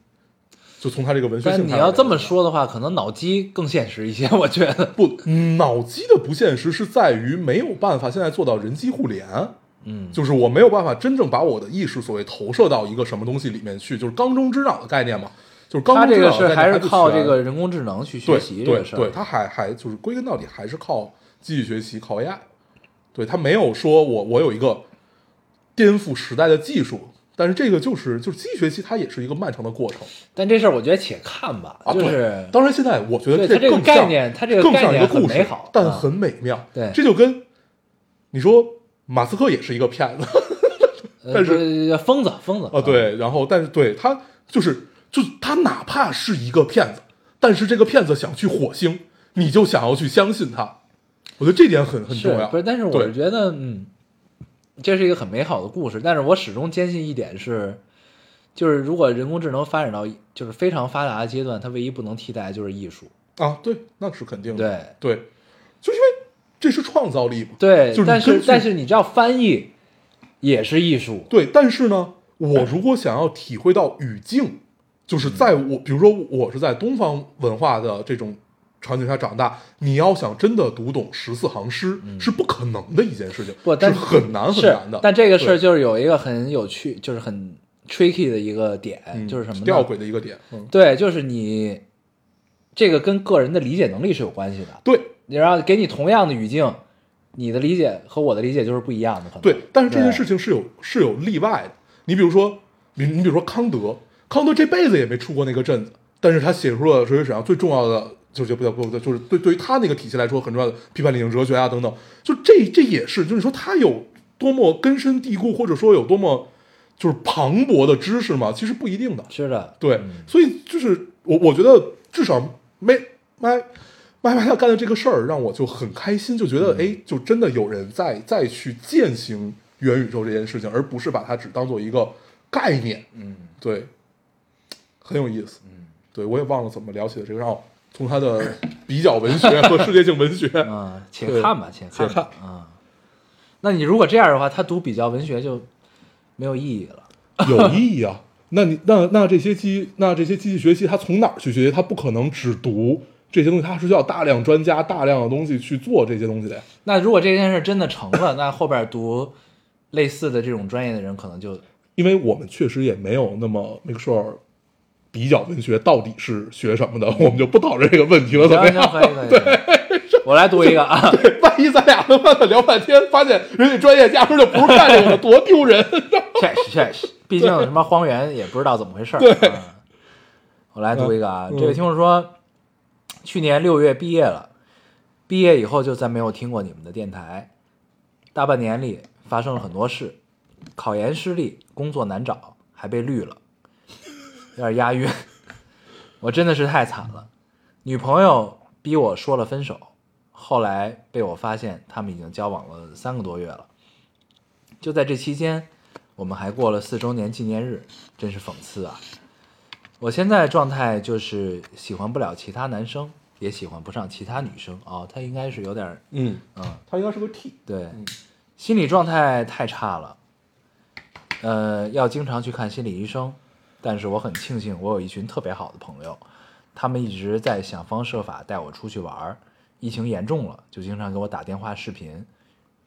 [SPEAKER 2] 就从他这个文学性
[SPEAKER 1] 但
[SPEAKER 2] 上
[SPEAKER 1] 你
[SPEAKER 2] 来
[SPEAKER 1] 要这么
[SPEAKER 2] 讲
[SPEAKER 1] 说的话，可能脑机更现实一些，我觉
[SPEAKER 2] (laughs)
[SPEAKER 1] 得。
[SPEAKER 2] 不，嗯脑机的不现实是在于没有办法现在做到人机互联。
[SPEAKER 1] 嗯，
[SPEAKER 2] 就是我没有办法真正把我的意识所谓投射到一个什么东西里面去，就是缸中之脑的概念嘛。就是缸
[SPEAKER 1] 它
[SPEAKER 2] 中
[SPEAKER 1] 这
[SPEAKER 2] 之
[SPEAKER 1] 个
[SPEAKER 2] 脑的
[SPEAKER 1] 是
[SPEAKER 2] 概念
[SPEAKER 1] 还是
[SPEAKER 2] 不
[SPEAKER 1] 靠
[SPEAKER 2] 全
[SPEAKER 1] 这个人工智能去学
[SPEAKER 2] 啊对
[SPEAKER 1] 习这
[SPEAKER 2] 对
[SPEAKER 1] 个事儿。
[SPEAKER 2] 对，它还还就是归根到底还是靠机器学习，靠 AI。对，它没有说我我有一个颠覆时代的技术，但是这个就是就是机器学习，它也是一个漫长的过程
[SPEAKER 1] 但这事儿我觉得且看吧，
[SPEAKER 2] 啊。
[SPEAKER 1] 就是
[SPEAKER 2] 对，当然现在我觉
[SPEAKER 1] 对
[SPEAKER 2] 得
[SPEAKER 1] 它这个
[SPEAKER 2] 更
[SPEAKER 1] 概
[SPEAKER 2] 像
[SPEAKER 1] 念它这个
[SPEAKER 2] 更
[SPEAKER 1] 概
[SPEAKER 2] 像一
[SPEAKER 1] 念
[SPEAKER 2] 个
[SPEAKER 1] 很
[SPEAKER 2] 故
[SPEAKER 1] 美
[SPEAKER 2] 事
[SPEAKER 1] 好，
[SPEAKER 2] 但
[SPEAKER 1] 嗯
[SPEAKER 2] 很美妙。
[SPEAKER 1] 对
[SPEAKER 2] 这就跟你说马斯克也是一个
[SPEAKER 1] (laughs)
[SPEAKER 2] 骗子。
[SPEAKER 1] 呃
[SPEAKER 2] (laughs) 但
[SPEAKER 1] 不疯子疯子
[SPEAKER 2] 啊，，对，然后但是对他就是就是他哪怕是一个骗子，但是这个骗子想去火星，你就想要去相信他，我觉得这点很很
[SPEAKER 1] 是
[SPEAKER 2] 重要。
[SPEAKER 1] 嗯不是？但是我
[SPEAKER 2] 对
[SPEAKER 1] 是觉得，嗯，这是一个很美好的故事，但是我始终坚信一点是，就是如果人工智能发展到就是非常发达的阶段，它唯一不能替代的就是艺术。
[SPEAKER 2] 啊，对，那是肯定的，
[SPEAKER 1] 对
[SPEAKER 2] 对就是因为这是创造力嘛，
[SPEAKER 1] 对，
[SPEAKER 2] 就是
[SPEAKER 1] 但是
[SPEAKER 2] 根据
[SPEAKER 1] 但是你知道，翻译也是艺术。
[SPEAKER 2] 对，但是呢，我如果想要体会到语境，就是在
[SPEAKER 1] 嗯
[SPEAKER 2] 我，比如说我是在东方文化的这种场景下长大，你要想真的读懂十四行诗，是不可能的一件事情，
[SPEAKER 1] 嗯不
[SPEAKER 2] 是
[SPEAKER 1] 但是
[SPEAKER 2] 很难很
[SPEAKER 1] 是，
[SPEAKER 2] 难的。
[SPEAKER 1] 但这个
[SPEAKER 2] 对
[SPEAKER 1] 事儿就是有一个很有趣，就是很 tricky 的一个点，
[SPEAKER 2] 嗯
[SPEAKER 1] 就是什么呢
[SPEAKER 2] 吊诡的一个点，嗯，
[SPEAKER 1] 对，就是你这个跟个人的理解能力是有关系的。
[SPEAKER 2] 对
[SPEAKER 1] 然后给你同样的语境，你的理解和我的理解就是不一样的，可能。
[SPEAKER 2] 对，但是这件事情是有是有例外的。你比如说，你你比如说康德，康德这辈子也没出过那个镇子，但是他写出了哲学史上最重要的，就是不不不，就是对对于他那个体系来说很重要的批判理性哲学啊等等，就这这也是，就是说他有多么根深蒂固，或者说有多么就是磅礴的知识嘛，其实不一定的。
[SPEAKER 1] 是的，
[SPEAKER 2] 对，所以就是我我觉得至少没麦麦麦他干的这个事儿让我就很开心，就觉得哎、诶就真的有人在再去践行元宇宙这件事情，而不是把它只当做一个概念。
[SPEAKER 1] 嗯，
[SPEAKER 2] 对，很有意思。嗯，对我也忘了怎么聊起的这个，让我从他的比较文学和世界性文学，
[SPEAKER 1] 嗯，且
[SPEAKER 2] 对
[SPEAKER 1] 看吧，且看
[SPEAKER 2] 且看
[SPEAKER 1] 吧，嗯。那你如果这样的话，他读比较文学就没有意义了。
[SPEAKER 2] 有意义啊。那你那那这些机那这些机器学习，它从哪儿去学习？它不可能只读这些东西，它是需要大量专家、大量的东西去做这些东西的呀。
[SPEAKER 1] 那如果这件事真的成了，那后边读类似的这种专业的人可能就
[SPEAKER 2] 因为我们确实也没有那么 make sure 比较文学到底是学什么的，我们就不讨论这个问题了，怎么
[SPEAKER 1] 行行
[SPEAKER 2] 样？
[SPEAKER 1] 可以可以可以，我来读一个啊。
[SPEAKER 2] 对，万一咱俩他妈的聊半天，发现人家专业压根就不是干这个的，多丢人！ (laughs)
[SPEAKER 1] 确实确实，毕竟什么荒原也不知道怎么回事儿。对，我来读一个啊，
[SPEAKER 2] 嗯
[SPEAKER 1] 这位听众说，去年六月毕业了，毕业以后就再没有听过你们的电台，大半年里发生了很多事，考研失利，工作难找，还被绿了，有点押韵，我真的是太惨了。女朋友逼我说了分手，后来被我发现他们已经交往了三个多月了。就在这期间，我们还过了四周年纪念日，真是讽刺啊！我现在的状态就是喜欢不了其他男生，也喜欢不上其他女生啊、哦。他应该是有点儿，
[SPEAKER 2] 嗯，
[SPEAKER 1] 嗯，
[SPEAKER 2] 他应该是个 T，
[SPEAKER 1] 对，心理状态太差了，呃，要经常去看心理医生。但是我很庆幸，我有一群特别好的朋友，他们一直在想方设法带我出去玩儿。疫情严重了，就经常给我打电话、视频。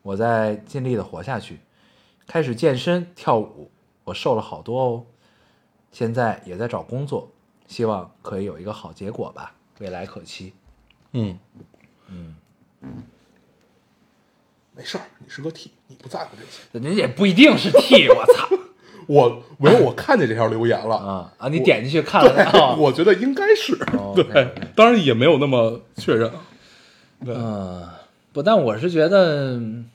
[SPEAKER 1] 我在尽力的活下去，开始健身、跳舞，我瘦了好多哦。现在也在找工作，希望可以有一个好结果吧，未来可期。
[SPEAKER 2] 嗯嗯，没事儿，你是个 T，你不在乎这些。
[SPEAKER 1] 人家也不一定是 T，我操
[SPEAKER 2] 我唯有我看见这条留言了，
[SPEAKER 1] (laughs)
[SPEAKER 2] (laughs)
[SPEAKER 1] 啊啊！你点进去看了啊？
[SPEAKER 2] 我觉得应该是、 (laughs)
[SPEAKER 1] 哦
[SPEAKER 2] 对，当然也没有那么确认。对，
[SPEAKER 1] 嗯，不，但我是觉得，嗯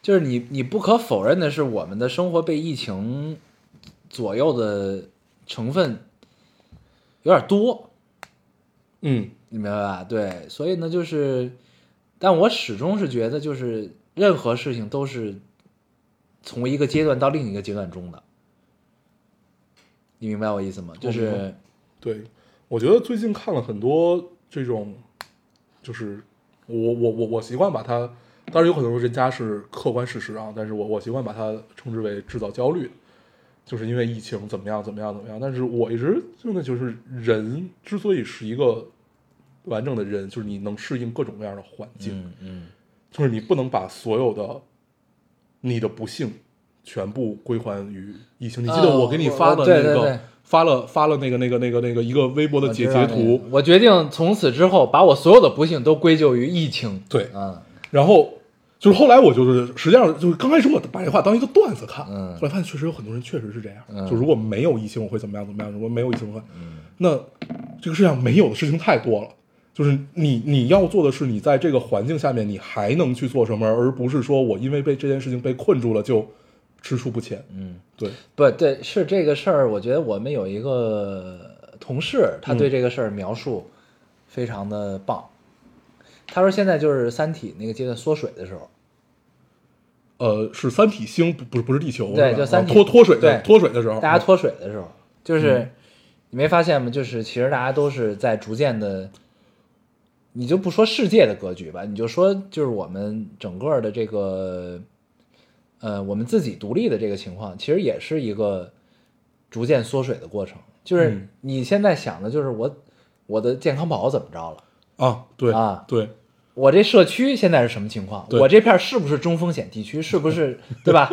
[SPEAKER 1] 就是你你不可否认的是，我们的生活被疫情左右的成分有点多，
[SPEAKER 2] 嗯，
[SPEAKER 1] 你明白吧？对，所以呢，就是，但我始终是觉得，就是任何事情都是从一个阶段到另一个阶段中的，你明白我意思吗？就
[SPEAKER 2] 我
[SPEAKER 1] 是
[SPEAKER 2] 明对，我觉得最近看了很多这种，就是我我我我习惯把它，当然有可能人家是客观事实啊，但是我我习惯把它称之为制造焦虑，就是因为疫情怎么样怎么样怎么样。但是我一直用的就是人之所以是一个完整的人，就是你能适应各种各样的环境，
[SPEAKER 1] 嗯嗯
[SPEAKER 2] 就是你不能把所有的你的不幸全部归还于疫情。你记得
[SPEAKER 1] 哦
[SPEAKER 2] 我给你发
[SPEAKER 1] 我
[SPEAKER 2] 的
[SPEAKER 1] 对
[SPEAKER 2] 那
[SPEAKER 1] 对对
[SPEAKER 2] 个发了发了那个那个那个那个一个微博的截
[SPEAKER 1] 我知道
[SPEAKER 2] 截
[SPEAKER 1] 那个
[SPEAKER 2] 图，
[SPEAKER 1] 我决定从此之后把我所有的不幸都归咎于疫情。
[SPEAKER 2] 对，
[SPEAKER 1] 嗯，
[SPEAKER 2] 然后就是后来我就是实际上就是刚开始我把这话当一个段子看，
[SPEAKER 1] 嗯
[SPEAKER 2] 后来发现确实有很多人确实是这样，
[SPEAKER 1] 嗯
[SPEAKER 2] 就如果没有疫情我会怎么样怎么样，如果没有疫情的话，那这个世界上没有的事情太多了。就是你你要做的是，你在这个环境下面，你还能去做什么，而不是说我因为被这件事情被困住了就吃醋不前。嗯，对，
[SPEAKER 1] 不对，是这个事儿。我觉得我们有一个同事，他对这个事儿描述非常的棒。他说现在就是《三体》那个阶段缩水的时候，
[SPEAKER 2] 呃，是三体星，不不是不是地球，
[SPEAKER 1] 对
[SPEAKER 2] 是吧
[SPEAKER 1] 就三体
[SPEAKER 2] 脱脱啊水
[SPEAKER 1] 对
[SPEAKER 2] 的脱水的时候，
[SPEAKER 1] 大家脱水的时候，就是、
[SPEAKER 2] 嗯
[SPEAKER 1] 你没发现吗？就是其实大家都是在逐渐的，你就不说世界的格局吧，你就说就是我们整个的这个，呃，我们自己独立的这个情况，其实也是一个逐渐缩水的过程。就是
[SPEAKER 2] 嗯
[SPEAKER 1] 你现在想的就是我我的健康宝怎么着了，
[SPEAKER 2] 啊，对
[SPEAKER 1] 啊
[SPEAKER 2] 对，
[SPEAKER 1] 我这社区现在是什么情况，
[SPEAKER 2] 对
[SPEAKER 1] 我这片儿是不是中风险地区，是不
[SPEAKER 2] (laughs)
[SPEAKER 1] 是对吧？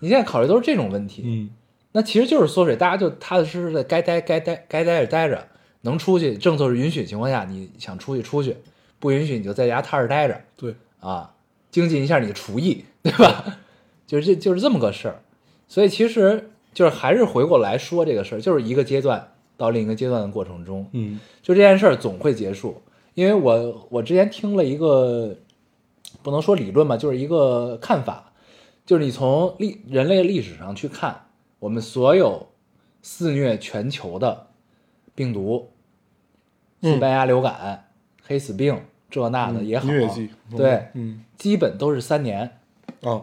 [SPEAKER 1] 你现在考虑都是这种问题，
[SPEAKER 2] 嗯，
[SPEAKER 1] 那其实就是缩水，大家就踏踏实实的该待该待该待着待着，能出去政策是允许的情况下，你想出去出去，不允许你就在家踏实待着
[SPEAKER 2] 对，
[SPEAKER 1] 啊，精进一下你的厨艺，对吧？ (laughs) 就是这就是这么个事儿，所以其实就是还是回过来说这个事儿，就是一个阶段到另一个阶段的过程中，
[SPEAKER 2] 嗯
[SPEAKER 1] 就这件事儿总会结束，因为我我之前听了一个，不能说理论吧，就是一个看法，就是你从历人类历史上去看，我们所有肆虐全球的病毒，
[SPEAKER 2] 嗯
[SPEAKER 1] 西班牙流感、黑死病这那的也好，
[SPEAKER 2] 疟疾，
[SPEAKER 1] 对，
[SPEAKER 2] 嗯
[SPEAKER 1] 基本都是三年，
[SPEAKER 2] 啊，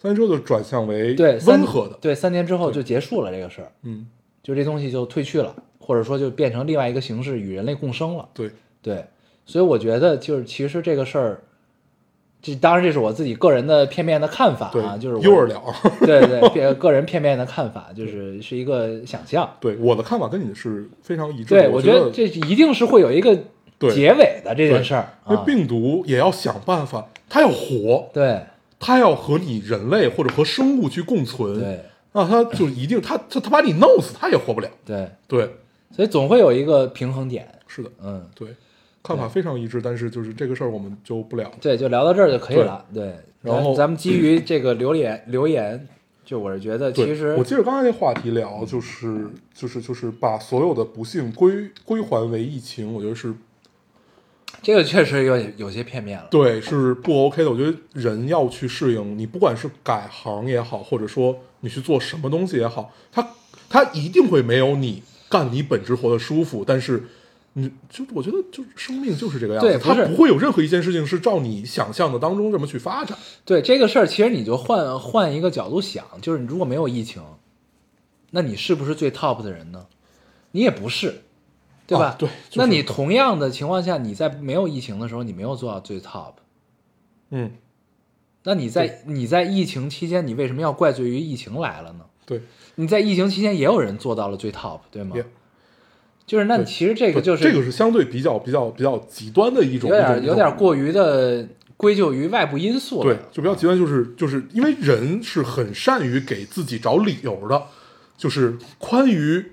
[SPEAKER 2] 三之后就转向为
[SPEAKER 1] 对，三
[SPEAKER 2] 温和的，
[SPEAKER 1] 对，三年之后就结束了这个事儿，
[SPEAKER 2] 嗯，
[SPEAKER 1] 就这东西就退去了，或者说就变成另外一个形式与人类共生了。
[SPEAKER 2] 对，
[SPEAKER 1] 对，所以我觉得就是其实这个事儿，这当然这是我自己个人的片面的看法
[SPEAKER 2] 对
[SPEAKER 1] 啊，，就是我
[SPEAKER 2] 幼儿了。 (laughs)
[SPEAKER 1] 对对，别个人片面的看法，就是是一个想象。
[SPEAKER 2] 对，我的看法跟你的是非常一致的。
[SPEAKER 1] 对，我
[SPEAKER 2] 觉
[SPEAKER 1] 得这一定是会有一个
[SPEAKER 2] 对
[SPEAKER 1] 结尾的这
[SPEAKER 2] 对
[SPEAKER 1] 件事儿
[SPEAKER 2] 因
[SPEAKER 1] 啊
[SPEAKER 2] 为。病毒也要想办法，它要活，
[SPEAKER 1] 对
[SPEAKER 2] 它要和你人类或者和生物去共存。
[SPEAKER 1] 对，
[SPEAKER 2] 那它就一定，它它它把你弄死，它也活不了。
[SPEAKER 1] 对，
[SPEAKER 2] 对，
[SPEAKER 1] 所以总会有一个平衡点。
[SPEAKER 2] 是的，
[SPEAKER 1] 嗯，
[SPEAKER 2] 对，看法非常一致，但是就是这个事儿我们就不聊。
[SPEAKER 1] 对，就聊到这儿就可以
[SPEAKER 2] 对
[SPEAKER 1] 了。对，
[SPEAKER 2] 然
[SPEAKER 1] 咱
[SPEAKER 2] 后
[SPEAKER 1] 咱们基于这个留言留言，就我是觉得
[SPEAKER 2] 对
[SPEAKER 1] 其实
[SPEAKER 2] 我接着刚才那话题聊，就是就是就是把所有的不幸归归还为疫情，我觉得是
[SPEAKER 1] 这个确实有有些片面了。
[SPEAKER 2] 对，是不 OK 的。我觉得人要去适应，你不管是改行也好，或者说你去做什么东西也好，他他一定会没有你干你本职活的舒服。但是，你就我觉得，就是生命就是这个样
[SPEAKER 1] 对
[SPEAKER 2] 子，
[SPEAKER 1] 不
[SPEAKER 2] 它
[SPEAKER 1] 是
[SPEAKER 2] 不会有任何一件事情是照你想象的当中这么去发展。
[SPEAKER 1] 对这个事儿，其实你就换换一个角度想，就是你如果没有疫情，那你是不是最 top 的人呢？你也不是，对吧？
[SPEAKER 2] 啊对就是
[SPEAKER 1] 那你同样的情况下，你在没有疫情的时候，你没有做到最 top，
[SPEAKER 2] 嗯，
[SPEAKER 1] 那你在你在疫情期间，你为什么要怪罪于疫情来了呢？
[SPEAKER 2] 对，
[SPEAKER 1] 你在疫情期间也有人做到了最 top，对吗？
[SPEAKER 2] 也
[SPEAKER 1] 就是那
[SPEAKER 2] 对
[SPEAKER 1] 其实这个就是
[SPEAKER 2] 这个是相对比较比较比较极端的一种，
[SPEAKER 1] 有
[SPEAKER 2] 一种
[SPEAKER 1] 点有
[SPEAKER 2] 一
[SPEAKER 1] 点
[SPEAKER 2] 种
[SPEAKER 1] 过于的归咎于外部因素了。
[SPEAKER 2] 对，就比较极端，就是就是因为人是很善于给自己找理由的，就是宽于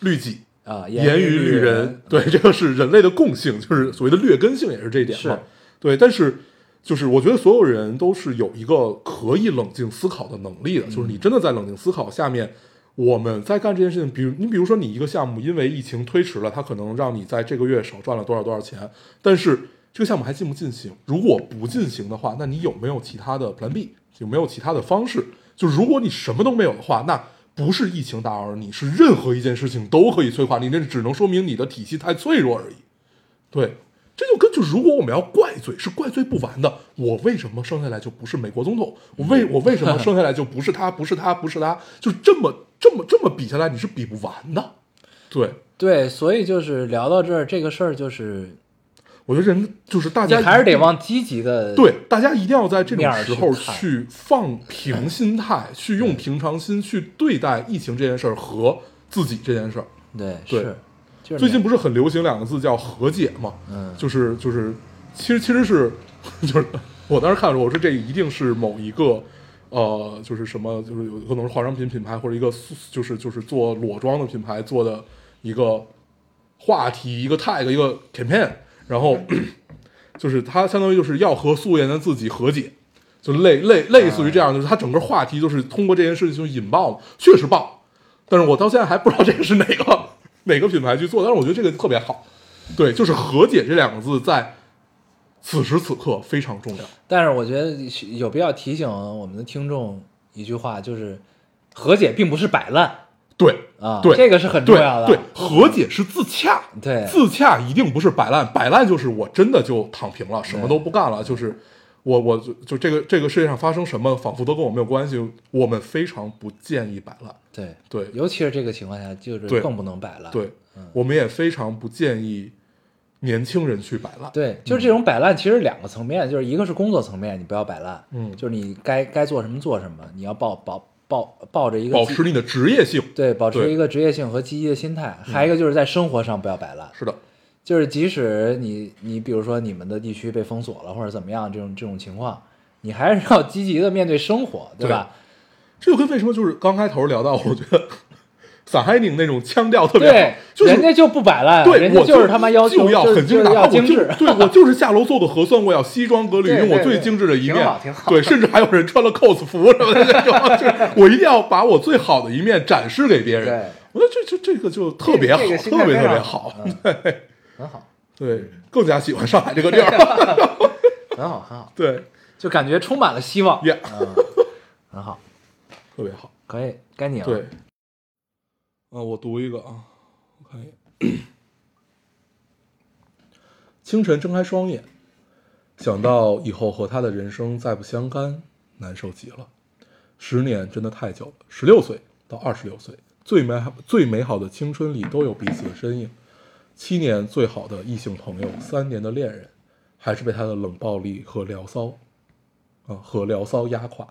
[SPEAKER 2] 律己，
[SPEAKER 1] 啊，
[SPEAKER 2] 严于
[SPEAKER 1] 律
[SPEAKER 2] 律人，，对，这个是人类的共性，就是所谓的劣根性也是这一点
[SPEAKER 1] 是
[SPEAKER 2] 嘛。对，但是就是我觉得所有人都是有一个可以冷静思考的能力的，就是你真的在冷静思考下面，我们在干这件事情，比如你比如说你一个项目因为疫情推迟了，它可能让你在这个月少赚了多少多少钱，但是这个项目还进不进行？如果不进行的话，那你有没有其他的 Plan B？有没有其他的方式？就如果你什么都没有的话，那不是疫情打扰了你，是任何一件事情都可以催化你，那只能说明你的体系太脆弱而已。对，这就跟就如果我们要怪罪，是怪罪不完的。我为什么生下来就不是美国总统？我为
[SPEAKER 1] 嗯
[SPEAKER 2] 我为什么生下来就不是他？不是他？不是他？就这么这么这么比下来，你是比不完的。对，
[SPEAKER 1] 对，所以就是聊到这儿，这个事儿就是
[SPEAKER 2] 我觉得人就是大
[SPEAKER 1] 你
[SPEAKER 2] 家
[SPEAKER 1] 还是
[SPEAKER 2] 一
[SPEAKER 1] 得往积极的
[SPEAKER 2] 对大家一定要在这
[SPEAKER 1] 面
[SPEAKER 2] 种
[SPEAKER 1] 儿
[SPEAKER 2] 时
[SPEAKER 1] 去
[SPEAKER 2] 候
[SPEAKER 1] 看
[SPEAKER 2] 去放平心态，去用平常心去对待疫情这件事儿和自己这件事儿。
[SPEAKER 1] 对
[SPEAKER 2] 对
[SPEAKER 1] 是，就是
[SPEAKER 2] 最近
[SPEAKER 1] 两
[SPEAKER 2] 不是很流行两个字叫和解嘛？
[SPEAKER 1] 嗯
[SPEAKER 2] 就是就是，其实其实是， (laughs) 就是我当时看的时候，我说这一定是某一个，呃，就是什么，就是有可能是化妆品品牌或者一个素就是就是做裸妆的品牌做的一个话题，一个 tag，一个 campaign，然后 (clears throat) 就是它相当于就是要和素颜的自己和解，就类类类似于这样，就是它整个话题就是通过这件事情引爆了，确实爆，但是我到现在还不知道这个是哪个哪个品牌去做，但是我觉得这个特别好，对，就是和解这两个字在此时此刻非常重要，
[SPEAKER 1] 但是我觉得是有必要提醒我们的听众一句话，就是和解并不是摆烂
[SPEAKER 2] 对
[SPEAKER 1] 啊，
[SPEAKER 2] 对，
[SPEAKER 1] 这个是很重
[SPEAKER 2] 对
[SPEAKER 1] 要的，嗯
[SPEAKER 2] 对，和解是自洽，
[SPEAKER 1] 对
[SPEAKER 2] 自洽一定不是摆烂，摆烂就是我真的就躺平了，什么都不干了，就是我我就就这个这个世界上发生什么，仿佛都跟我没有关系，我们非常不建议摆烂，
[SPEAKER 1] 对
[SPEAKER 2] 对
[SPEAKER 1] 尤其是这个情况下，就是
[SPEAKER 2] 对
[SPEAKER 1] 更不能摆烂，
[SPEAKER 2] 对，我们也非常不建议年轻人去摆烂，
[SPEAKER 1] 对，就是这种摆烂，其实两个层面，就是一个是工作层面，你不要摆烂，
[SPEAKER 2] 嗯
[SPEAKER 1] 就是你该该做什么做什么，你要抱抱抱抱着一个
[SPEAKER 2] 保
[SPEAKER 1] 积
[SPEAKER 2] 持你的职业性，
[SPEAKER 1] 对保持
[SPEAKER 2] 对嗯
[SPEAKER 1] 一个职业性和积极的心态，还有一个就是在生活上不要摆烂，
[SPEAKER 2] 是的，
[SPEAKER 1] 就是即使你你比如说你们的地区被封锁了或者怎么样这种这种情况，你还是要积极的面对生活，对吧？
[SPEAKER 2] 这就跟为什么就是刚开头聊到，我觉得撒海宁那种腔调特别好
[SPEAKER 1] 对，，
[SPEAKER 2] 就是
[SPEAKER 1] 人家就不摆烂，
[SPEAKER 2] 对
[SPEAKER 1] 人
[SPEAKER 2] 我
[SPEAKER 1] 家就是他妈要求
[SPEAKER 2] 就要
[SPEAKER 1] 就
[SPEAKER 2] 很精
[SPEAKER 1] 就
[SPEAKER 2] 致，
[SPEAKER 1] 是
[SPEAKER 2] 哪怕
[SPEAKER 1] 要
[SPEAKER 2] 我就，
[SPEAKER 1] 精致
[SPEAKER 2] 对我就是下楼做个核酸，我要西装革履，
[SPEAKER 1] 对
[SPEAKER 2] 用我
[SPEAKER 1] 对
[SPEAKER 2] 最
[SPEAKER 1] 对
[SPEAKER 2] 精致的一
[SPEAKER 1] 挺
[SPEAKER 2] 面
[SPEAKER 1] 好挺，好
[SPEAKER 2] 对，甚至还有人穿了 cos 服什么的这种，就是我一定要把我最好的一面展示给别人
[SPEAKER 1] 对。
[SPEAKER 2] 我觉得这这这个就特别好，
[SPEAKER 1] 这个心态
[SPEAKER 2] 特别
[SPEAKER 1] 非
[SPEAKER 2] 特
[SPEAKER 1] 常嗯
[SPEAKER 2] 别好，
[SPEAKER 1] 很好，
[SPEAKER 2] (laughs) 对，更加喜欢上海这个
[SPEAKER 1] (laughs)
[SPEAKER 2] 地儿，
[SPEAKER 1] 很好，很好，
[SPEAKER 2] 对，
[SPEAKER 1] 就感觉充满了希望，
[SPEAKER 2] 也
[SPEAKER 1] 很好，
[SPEAKER 2] 特别好，
[SPEAKER 1] 可以，该你了。
[SPEAKER 2] 对。嗯，我读一个啊，我看一眼。清晨睁开双眼，想到以后和他的人生再不相干，难受极了。十年真的太久了，十六岁到二十六岁，最美好最美好的青春里都有彼此的身影。七年最好的异性朋友，三年的恋人，还是被他的冷暴力和聊骚，啊、和聊骚压垮。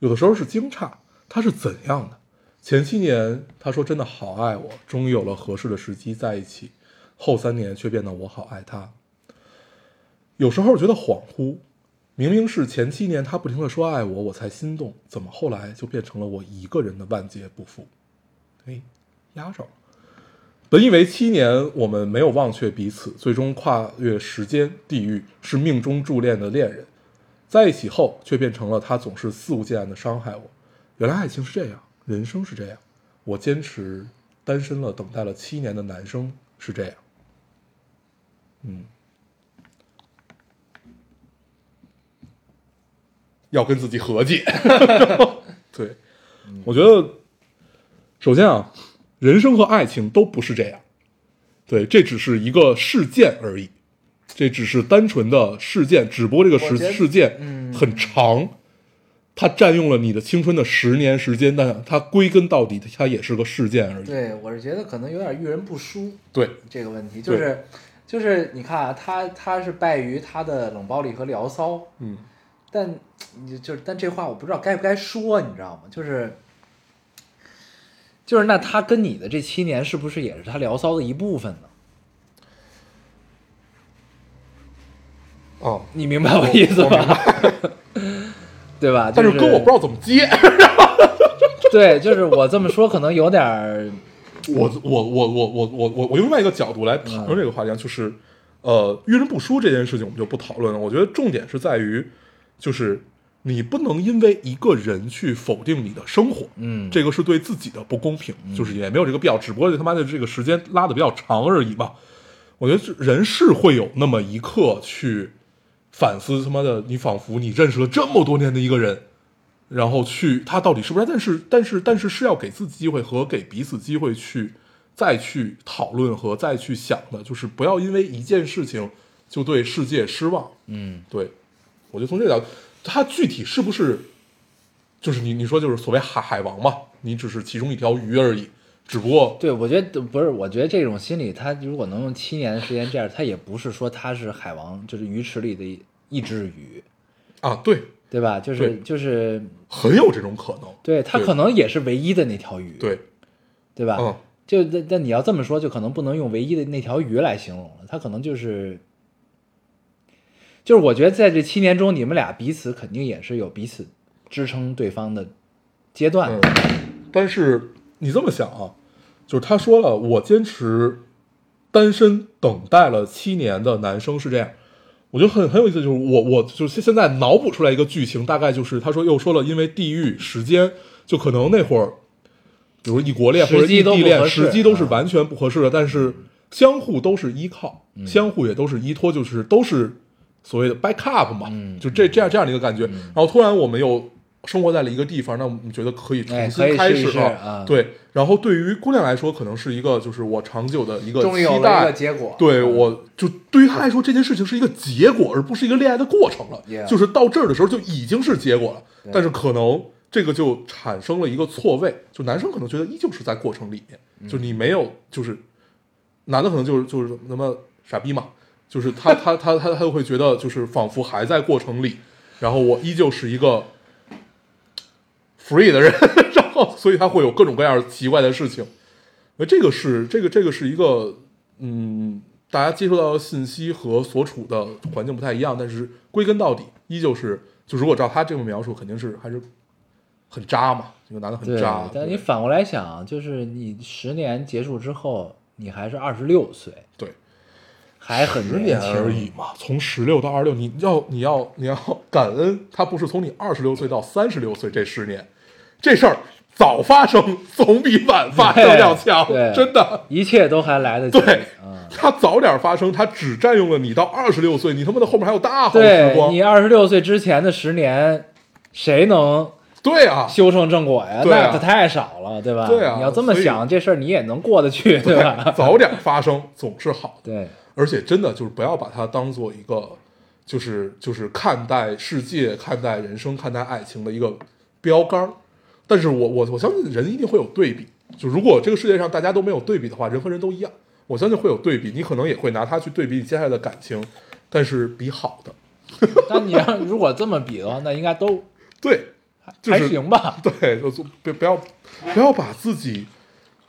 [SPEAKER 2] 有的时候是惊诧他是怎样的。前七年他说真的好爱我，终于有了合适的时机在一起，后三年却变得我好爱他。有时候觉得恍惚，明明是前七年他不停的说爱我，我才心动，怎么后来就变成了我一个人的万劫不复？哎，压着了。本以为七年我们没有忘却彼此，最终跨越时间、地域，是命中注定的恋人。在一起后，却变成了他总是肆无忌惮的伤害我。原来爱情是这样，人生是这样。我坚持单身了，等待了七年的男生是这样。嗯，要跟自己和解。对，我觉得，首先啊，人生和爱情都不是这样。对，这只是一个事件而已，这只是单纯的事件，只不过这个事
[SPEAKER 1] 我觉得
[SPEAKER 2] 事件很长，它占用了你的青春的十年时间，但它归根到底，它也是个事件而已。
[SPEAKER 1] 对，我是觉得可能有点遇人不淑
[SPEAKER 2] 对，
[SPEAKER 1] 这个问题，就是就是你看啊，他他是败于他的冷暴力和聊骚，
[SPEAKER 2] 嗯，
[SPEAKER 1] 但你就是但这话我不知道该不该说，你知道吗？就是就是那他跟你的这七年是不是也是他聊骚的一部分呢？
[SPEAKER 2] 哦，
[SPEAKER 1] 你明白我意思吧？ (laughs) 对吧？
[SPEAKER 2] 但
[SPEAKER 1] 是
[SPEAKER 2] 是跟我不知道怎么接。
[SPEAKER 1] 对，就是我这么说可能有点儿
[SPEAKER 2] 我我我我我我我我用另外一个角度来谈论这个话题啊，就是呃，遇人不淑这件事情我们就不讨论了。我觉得重点是在于，就是你不能因为一个人去否定你的生活，
[SPEAKER 1] 嗯
[SPEAKER 2] 这个是对自己的不公平，就是也没有这个必要，只不过是他妈的这个时间拉的比较长而已嘛。我觉得这人是会有那么一刻去反思，他妈的，你仿佛你认识了这么多年的一个人，然后去他到底是不是？但是但是但是是要给自己机会和给彼此机会去再去讨论和再去想的，就是不要因为一件事情就对世界失望。
[SPEAKER 1] 嗯
[SPEAKER 2] 对，我就从这个角度，它具体是不是就是你你说就是所谓海海王嘛？你只是其中一条鱼而已，只不过
[SPEAKER 1] 对，我觉得不是，我觉得这种心理，他如果能用七年的时间这样，他也不是说他是海王，就是鱼池里的一一只鱼，
[SPEAKER 2] 啊，对，
[SPEAKER 1] 对吧？就是
[SPEAKER 2] 对
[SPEAKER 1] 就是，
[SPEAKER 2] 很有这种可能。
[SPEAKER 1] 对他
[SPEAKER 2] 对
[SPEAKER 1] 可能也是唯一的那条鱼，
[SPEAKER 2] 对，
[SPEAKER 1] 对吧？
[SPEAKER 2] 嗯
[SPEAKER 1] 就但但你要这么说，就可能不能用唯一的那条鱼来形容了，他可能就是，就是我觉得在这七年中，你们俩彼此肯定也是有彼此支撑对方的阶段
[SPEAKER 2] 嗯
[SPEAKER 1] 的，，
[SPEAKER 2] 但是你这么想啊，就是他说了，我坚持单身等待了七年的男生是这样，我觉得很很有意思，就是我我就是现在脑补出来一个剧情，大概就是他说又说了，因为地域、时间，就可能那会儿，比如异国恋
[SPEAKER 1] 时
[SPEAKER 2] 或者异
[SPEAKER 1] 机都
[SPEAKER 2] 地
[SPEAKER 1] 不
[SPEAKER 2] 恋，
[SPEAKER 1] 合适
[SPEAKER 2] 时机都是
[SPEAKER 1] 啊
[SPEAKER 2] 完全不合适的，但是相互都是依靠，
[SPEAKER 1] 嗯
[SPEAKER 2] 相互也都是依托，就是都是所谓的 back up 嘛，
[SPEAKER 1] 嗯
[SPEAKER 2] 就这这样这样的一个感觉。然后突然我们又生活在了一个地方，那我们觉得可以
[SPEAKER 1] 哎
[SPEAKER 2] 重
[SPEAKER 1] 可
[SPEAKER 2] 新
[SPEAKER 1] 以
[SPEAKER 2] 开
[SPEAKER 1] 试一
[SPEAKER 2] 始
[SPEAKER 1] 试
[SPEAKER 2] 了，
[SPEAKER 1] 啊
[SPEAKER 2] 对。然后对于姑娘来说，可能是一个就是我长久的一个
[SPEAKER 1] 终于
[SPEAKER 2] 期
[SPEAKER 1] 有了一
[SPEAKER 2] 待
[SPEAKER 1] 个，结果，
[SPEAKER 2] 对，
[SPEAKER 1] 嗯
[SPEAKER 2] 我就对于他来说，这件事情是一个结果，而不是一个恋爱的过程了。
[SPEAKER 1] Yeah
[SPEAKER 2] 就是到这儿的时候就已经是结果了，
[SPEAKER 1] 对
[SPEAKER 2] 但是可能这个就产生了一个错位，就男生可能觉得依旧是在过程里
[SPEAKER 1] 嗯
[SPEAKER 2] 面，就你没有，就是男的可能就是就是那么傻逼嘛，就是他 (laughs) 他他他他就会觉得就是仿佛还在过程里，然后我依旧是一个 free 的人，然后 (laughs) 所以他会有各种各样奇怪的事情。呃，这个是这个这个是一个嗯，大家接收到的信息和所处的环境不太一样，但是归根到底依旧是，就如果照他这么描述，肯定是还是很渣嘛，这个男的很
[SPEAKER 1] 对
[SPEAKER 2] 渣。，
[SPEAKER 1] 但
[SPEAKER 2] 对
[SPEAKER 1] 你反过来想，就是你十年结束之后，你还是二十六岁，
[SPEAKER 2] 对
[SPEAKER 1] 还很
[SPEAKER 2] 十年
[SPEAKER 1] 轻
[SPEAKER 2] 而已。嘛，从十六到二十六，你要你要你要 (laughs) 感恩，他不是从你二十六岁到三十六岁这十年，这事儿早发生总比晚发生要强
[SPEAKER 1] 对，
[SPEAKER 2] 真的。
[SPEAKER 1] 一切都还来得及。
[SPEAKER 2] (laughs) 对
[SPEAKER 1] 嗯，
[SPEAKER 2] 他早点发生，他只占用了你到二十六岁，你他妈的后面还有大好时
[SPEAKER 1] 对
[SPEAKER 2] 光
[SPEAKER 1] 你。二十六岁之前的十年，谁能
[SPEAKER 2] 对啊，
[SPEAKER 1] 修成正果呀？
[SPEAKER 2] 对啊
[SPEAKER 1] 那可太少了，对吧？
[SPEAKER 2] 对啊
[SPEAKER 1] 你要这么
[SPEAKER 2] 所以
[SPEAKER 1] 想，这事儿你也能过得去，对吧？
[SPEAKER 2] 早点发生总是好
[SPEAKER 1] (laughs)
[SPEAKER 2] 的。
[SPEAKER 1] 对，
[SPEAKER 2] 而且真的就是不要把它当做一个，就是就是看待世界、看待人生、看待爱情的一个标杆儿。但是我我我相信人一定会有对比，就如果这个世界上大家都没有对比的话，人和人都一样，我相信会有对比，你可能也会拿它去对比你接下来的感情，但是比好的，
[SPEAKER 1] 但你要如果这么比的话，那应该都
[SPEAKER 2] 对，就
[SPEAKER 1] 还
[SPEAKER 2] 是
[SPEAKER 1] 行吧？
[SPEAKER 2] (laughs) 对，就就别不要不要把自己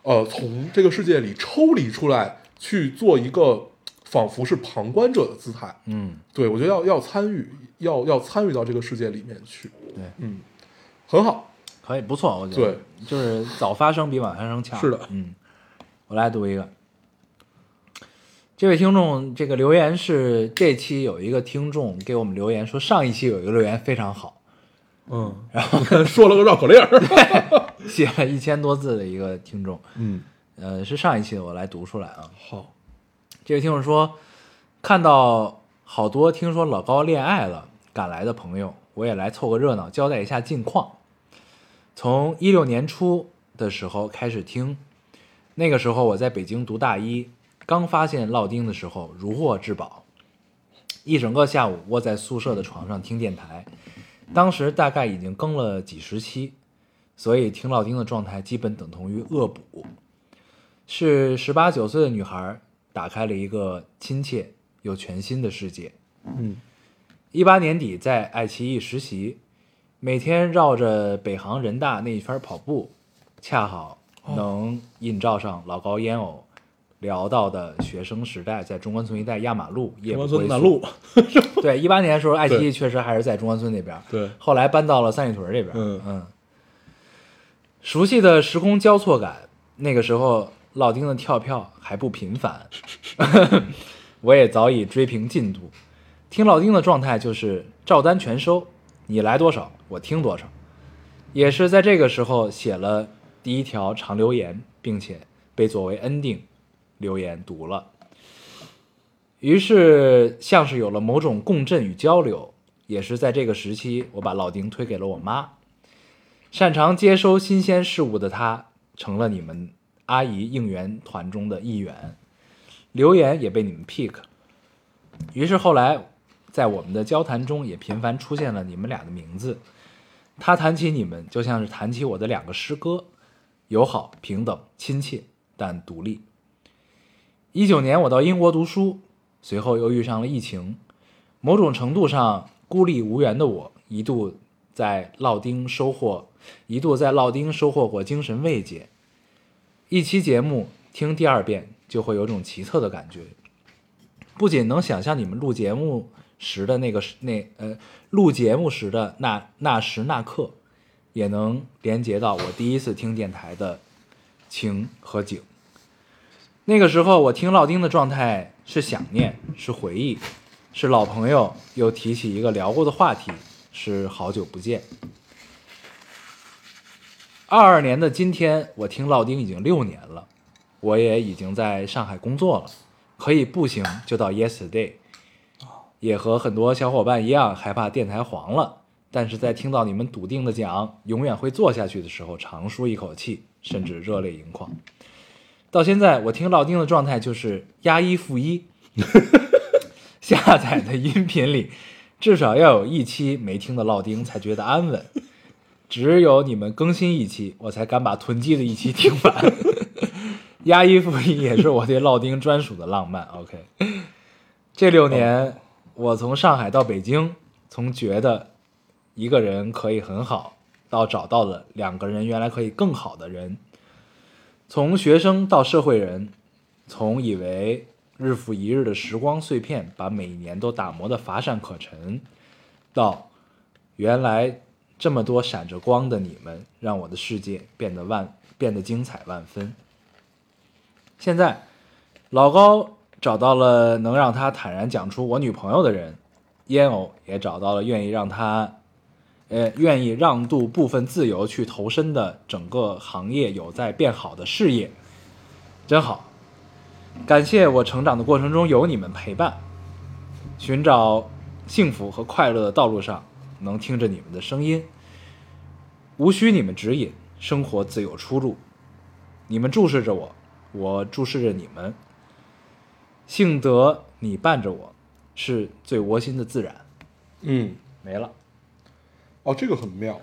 [SPEAKER 2] 呃从这个世界里抽离出来，去做一个仿佛是旁观者的姿态。
[SPEAKER 1] 嗯，
[SPEAKER 2] 对，我觉得要要参与，要要参与到这个世界里面去。
[SPEAKER 1] 对
[SPEAKER 2] 嗯，很好，
[SPEAKER 1] 可以，不错，我觉得。对，就是早发生比晚发生强。
[SPEAKER 2] 是的
[SPEAKER 1] 嗯，我来读一个。这位听众，这个留言是这期有一个听众给我们留言说，上一期有一个留言非常好，
[SPEAKER 2] 嗯，然后 (laughs) 说了个绕口令儿，
[SPEAKER 1] 写了一千多字的一个听众，
[SPEAKER 2] 嗯，
[SPEAKER 1] 呃，是上一期的，我来读出来啊。
[SPEAKER 2] 好，
[SPEAKER 1] 这位听众说，看到好多听说老高恋爱了赶来的朋友，我也来凑个热闹，交代一下近况。从一六年初的时候开始听，那个时候我在北京读大一，刚发现烙丁的时候如获至宝，一整个下午窝在宿舍的床上听电台，当时大概已经更了几十期，所以听烙丁的状态基本等同于恶补。是十八九岁的女孩打开了一个亲切又全新的世界。
[SPEAKER 2] 嗯
[SPEAKER 1] 一八年底在爱奇艺实习，每天绕着北航人大那一圈跑步，恰好
[SPEAKER 2] 哦
[SPEAKER 1] 能映照上老高烟偶聊到的学生时代在中关村一带压马路夜
[SPEAKER 2] 中
[SPEAKER 1] 不
[SPEAKER 2] 关
[SPEAKER 1] 归
[SPEAKER 2] 村
[SPEAKER 1] 宿
[SPEAKER 2] 南。路， (laughs)
[SPEAKER 1] 对，一八年的时候，爱奇
[SPEAKER 2] 对
[SPEAKER 1] 艺确实还是在中关村那边儿，
[SPEAKER 2] 对
[SPEAKER 1] 后来搬到了三里屯这边儿。
[SPEAKER 2] 嗯
[SPEAKER 1] 熟悉的时空交错感，那个时候老丁的跳票还不频繁， (laughs) 我也早已追平进度。听老丁的状态就是照单全收，你来多少我听多少。也是在这个时候写了第一条长留言，并且被作为 ending 留言读了。于是像是有了某种共振与交流。也是在这个时期，我把老丁推给了我妈。擅长接收新鲜事物的她，成了你们阿姨应援团中的一员。留言也被你们 pick。于是后来，在我们的交谈中也频繁出现了你们俩的名字。他谈起你们，就像是谈起我的两个师哥，友好、平等、亲切，但独立。一九年我到英国读书，随后又遇上了疫情，某种程度上孤立无援的我，一度在烙丁收获，一度在烙丁收获过精神慰藉。一期节目听第二遍，就会有种奇特的感觉，不仅能想象你们录节目时的那个时那呃录节目时的那那时那刻，也能连接到我第一次听电台的情和景。那个时候，我听老丁的状态是想念，是回忆，是老朋友又提起一个聊过的话题，是好久不见。二二年的今天，我听老丁已经六年了，我也已经在上海工作了，可以步行就到 Yesterday。也和很多小伙伴一样害怕电台黄了，但是在听到你们笃定的讲永远会做下去的时候，长舒一口气，甚至热泪盈眶。到现在，我听老丁的状态就是压一负一，下载的音频里至少要有一期没听的老丁才觉得安稳。只有你们更新一期，我才敢把囤积的一期听完。 (laughs) 压一负一也是我对老丁专属的浪漫。OK，这六年我从上海到北京，从觉得一个人可以很好，到找到了两个人原来可以更好的人，从学生到社会人，从以为日复一日的时光碎片把每一年都打磨得乏善可陈，到原来这么多闪着光的你们，让我的世界变得万变得精彩万分。现在，老高找到了能让他坦然讲出我女朋友的人，烟偶也找到了愿意让他，呃，愿意让渡部分自由去投身的整个行业有在变好的事业，真好。感谢我成长的过程中有你们陪伴，寻找幸福和快乐的道路上，能听着你们的声音，无需你们指引，生活自有出路。你们注视着我，我注视着你们。幸得你伴着我，是最窝心的自然。
[SPEAKER 2] 嗯，
[SPEAKER 1] 没了，
[SPEAKER 2] 哦，这个很妙，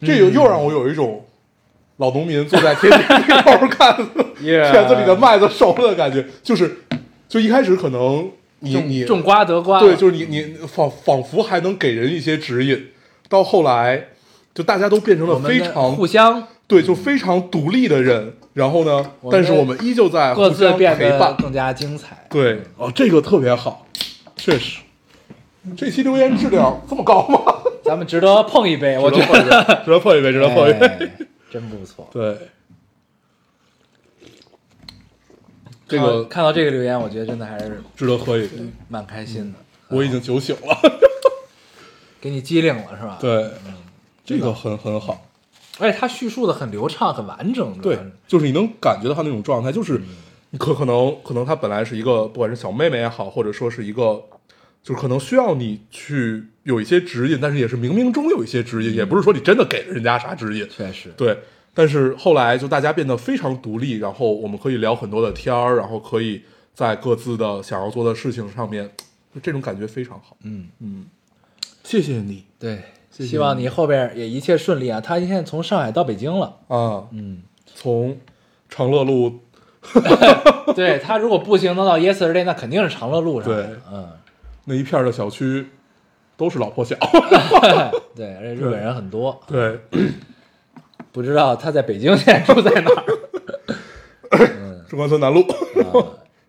[SPEAKER 2] 这个又让我有一种老农民坐在田地 (laughs) 里头看
[SPEAKER 1] (laughs)
[SPEAKER 2] (laughs)
[SPEAKER 1] Yeah
[SPEAKER 2] 田子里的麦子熟了的感觉，就是就一开始可能你你
[SPEAKER 1] 种瓜得瓜。啊
[SPEAKER 2] 对，就是你你仿仿佛还能给人一些指引，到后来就大家都变成
[SPEAKER 1] 我
[SPEAKER 2] 了
[SPEAKER 1] 们
[SPEAKER 2] 非
[SPEAKER 1] 的
[SPEAKER 2] 常
[SPEAKER 1] 互相
[SPEAKER 2] 对，就非常独立的人。然后呢
[SPEAKER 1] 我，们
[SPEAKER 2] 但是我们依旧在
[SPEAKER 1] 各
[SPEAKER 2] 互
[SPEAKER 1] 自
[SPEAKER 2] 相
[SPEAKER 1] 变
[SPEAKER 2] 陪
[SPEAKER 1] 得
[SPEAKER 2] 伴。
[SPEAKER 1] 更加精彩。
[SPEAKER 2] 对，哦，这个特别好，确实。这期留言质量这么高吗？ (laughs)
[SPEAKER 1] 咱们值得碰一杯，我觉得 (laughs)
[SPEAKER 2] 值得破一杯，值得破一杯。
[SPEAKER 1] 哎真不错。
[SPEAKER 2] 对，这个
[SPEAKER 1] 看到嗯这个留言，我觉得真的还是
[SPEAKER 2] 值得喝一杯。
[SPEAKER 1] 蛮开心的。
[SPEAKER 2] 我已经酒醒
[SPEAKER 1] (laughs)
[SPEAKER 2] 了。
[SPEAKER 1] 给你机灵了是吧？。
[SPEAKER 2] 对，这个很很好。
[SPEAKER 1] 而且他叙述的很流畅，很完整。
[SPEAKER 2] 对，就是你能感觉到他那种状态，就是
[SPEAKER 1] 嗯
[SPEAKER 2] 你可可能可能他本来是一个，不管是小妹妹也好，或者说是一个，就是可能需要你去有一些指引，但是也是冥冥中有一些指引，也不是说你真的给了人家啥指引。
[SPEAKER 1] 确实。
[SPEAKER 2] 对，但是后来就大家变得非常独立，然后我们可以聊很多的天儿，然后可以在各自的想要做的事情上面，就这种感觉非常好。
[SPEAKER 1] 嗯
[SPEAKER 2] 嗯，谢谢你
[SPEAKER 1] 对，
[SPEAKER 2] 谢
[SPEAKER 1] 希望你后边也一切顺利啊！他现在从上海到北京了，
[SPEAKER 2] 啊，
[SPEAKER 1] 嗯，
[SPEAKER 2] 从长乐路
[SPEAKER 1] (laughs) 对他如果步行能到 Yesterday，那肯定是长乐路上。
[SPEAKER 2] 对，
[SPEAKER 1] 嗯，
[SPEAKER 2] 那一片儿的小区都是老破小。
[SPEAKER 1] (laughs) 对，而且日本人很多，
[SPEAKER 2] 对，
[SPEAKER 1] 不知道他在北京现在住在 (laughs) 哪儿。
[SPEAKER 2] 中关村南路。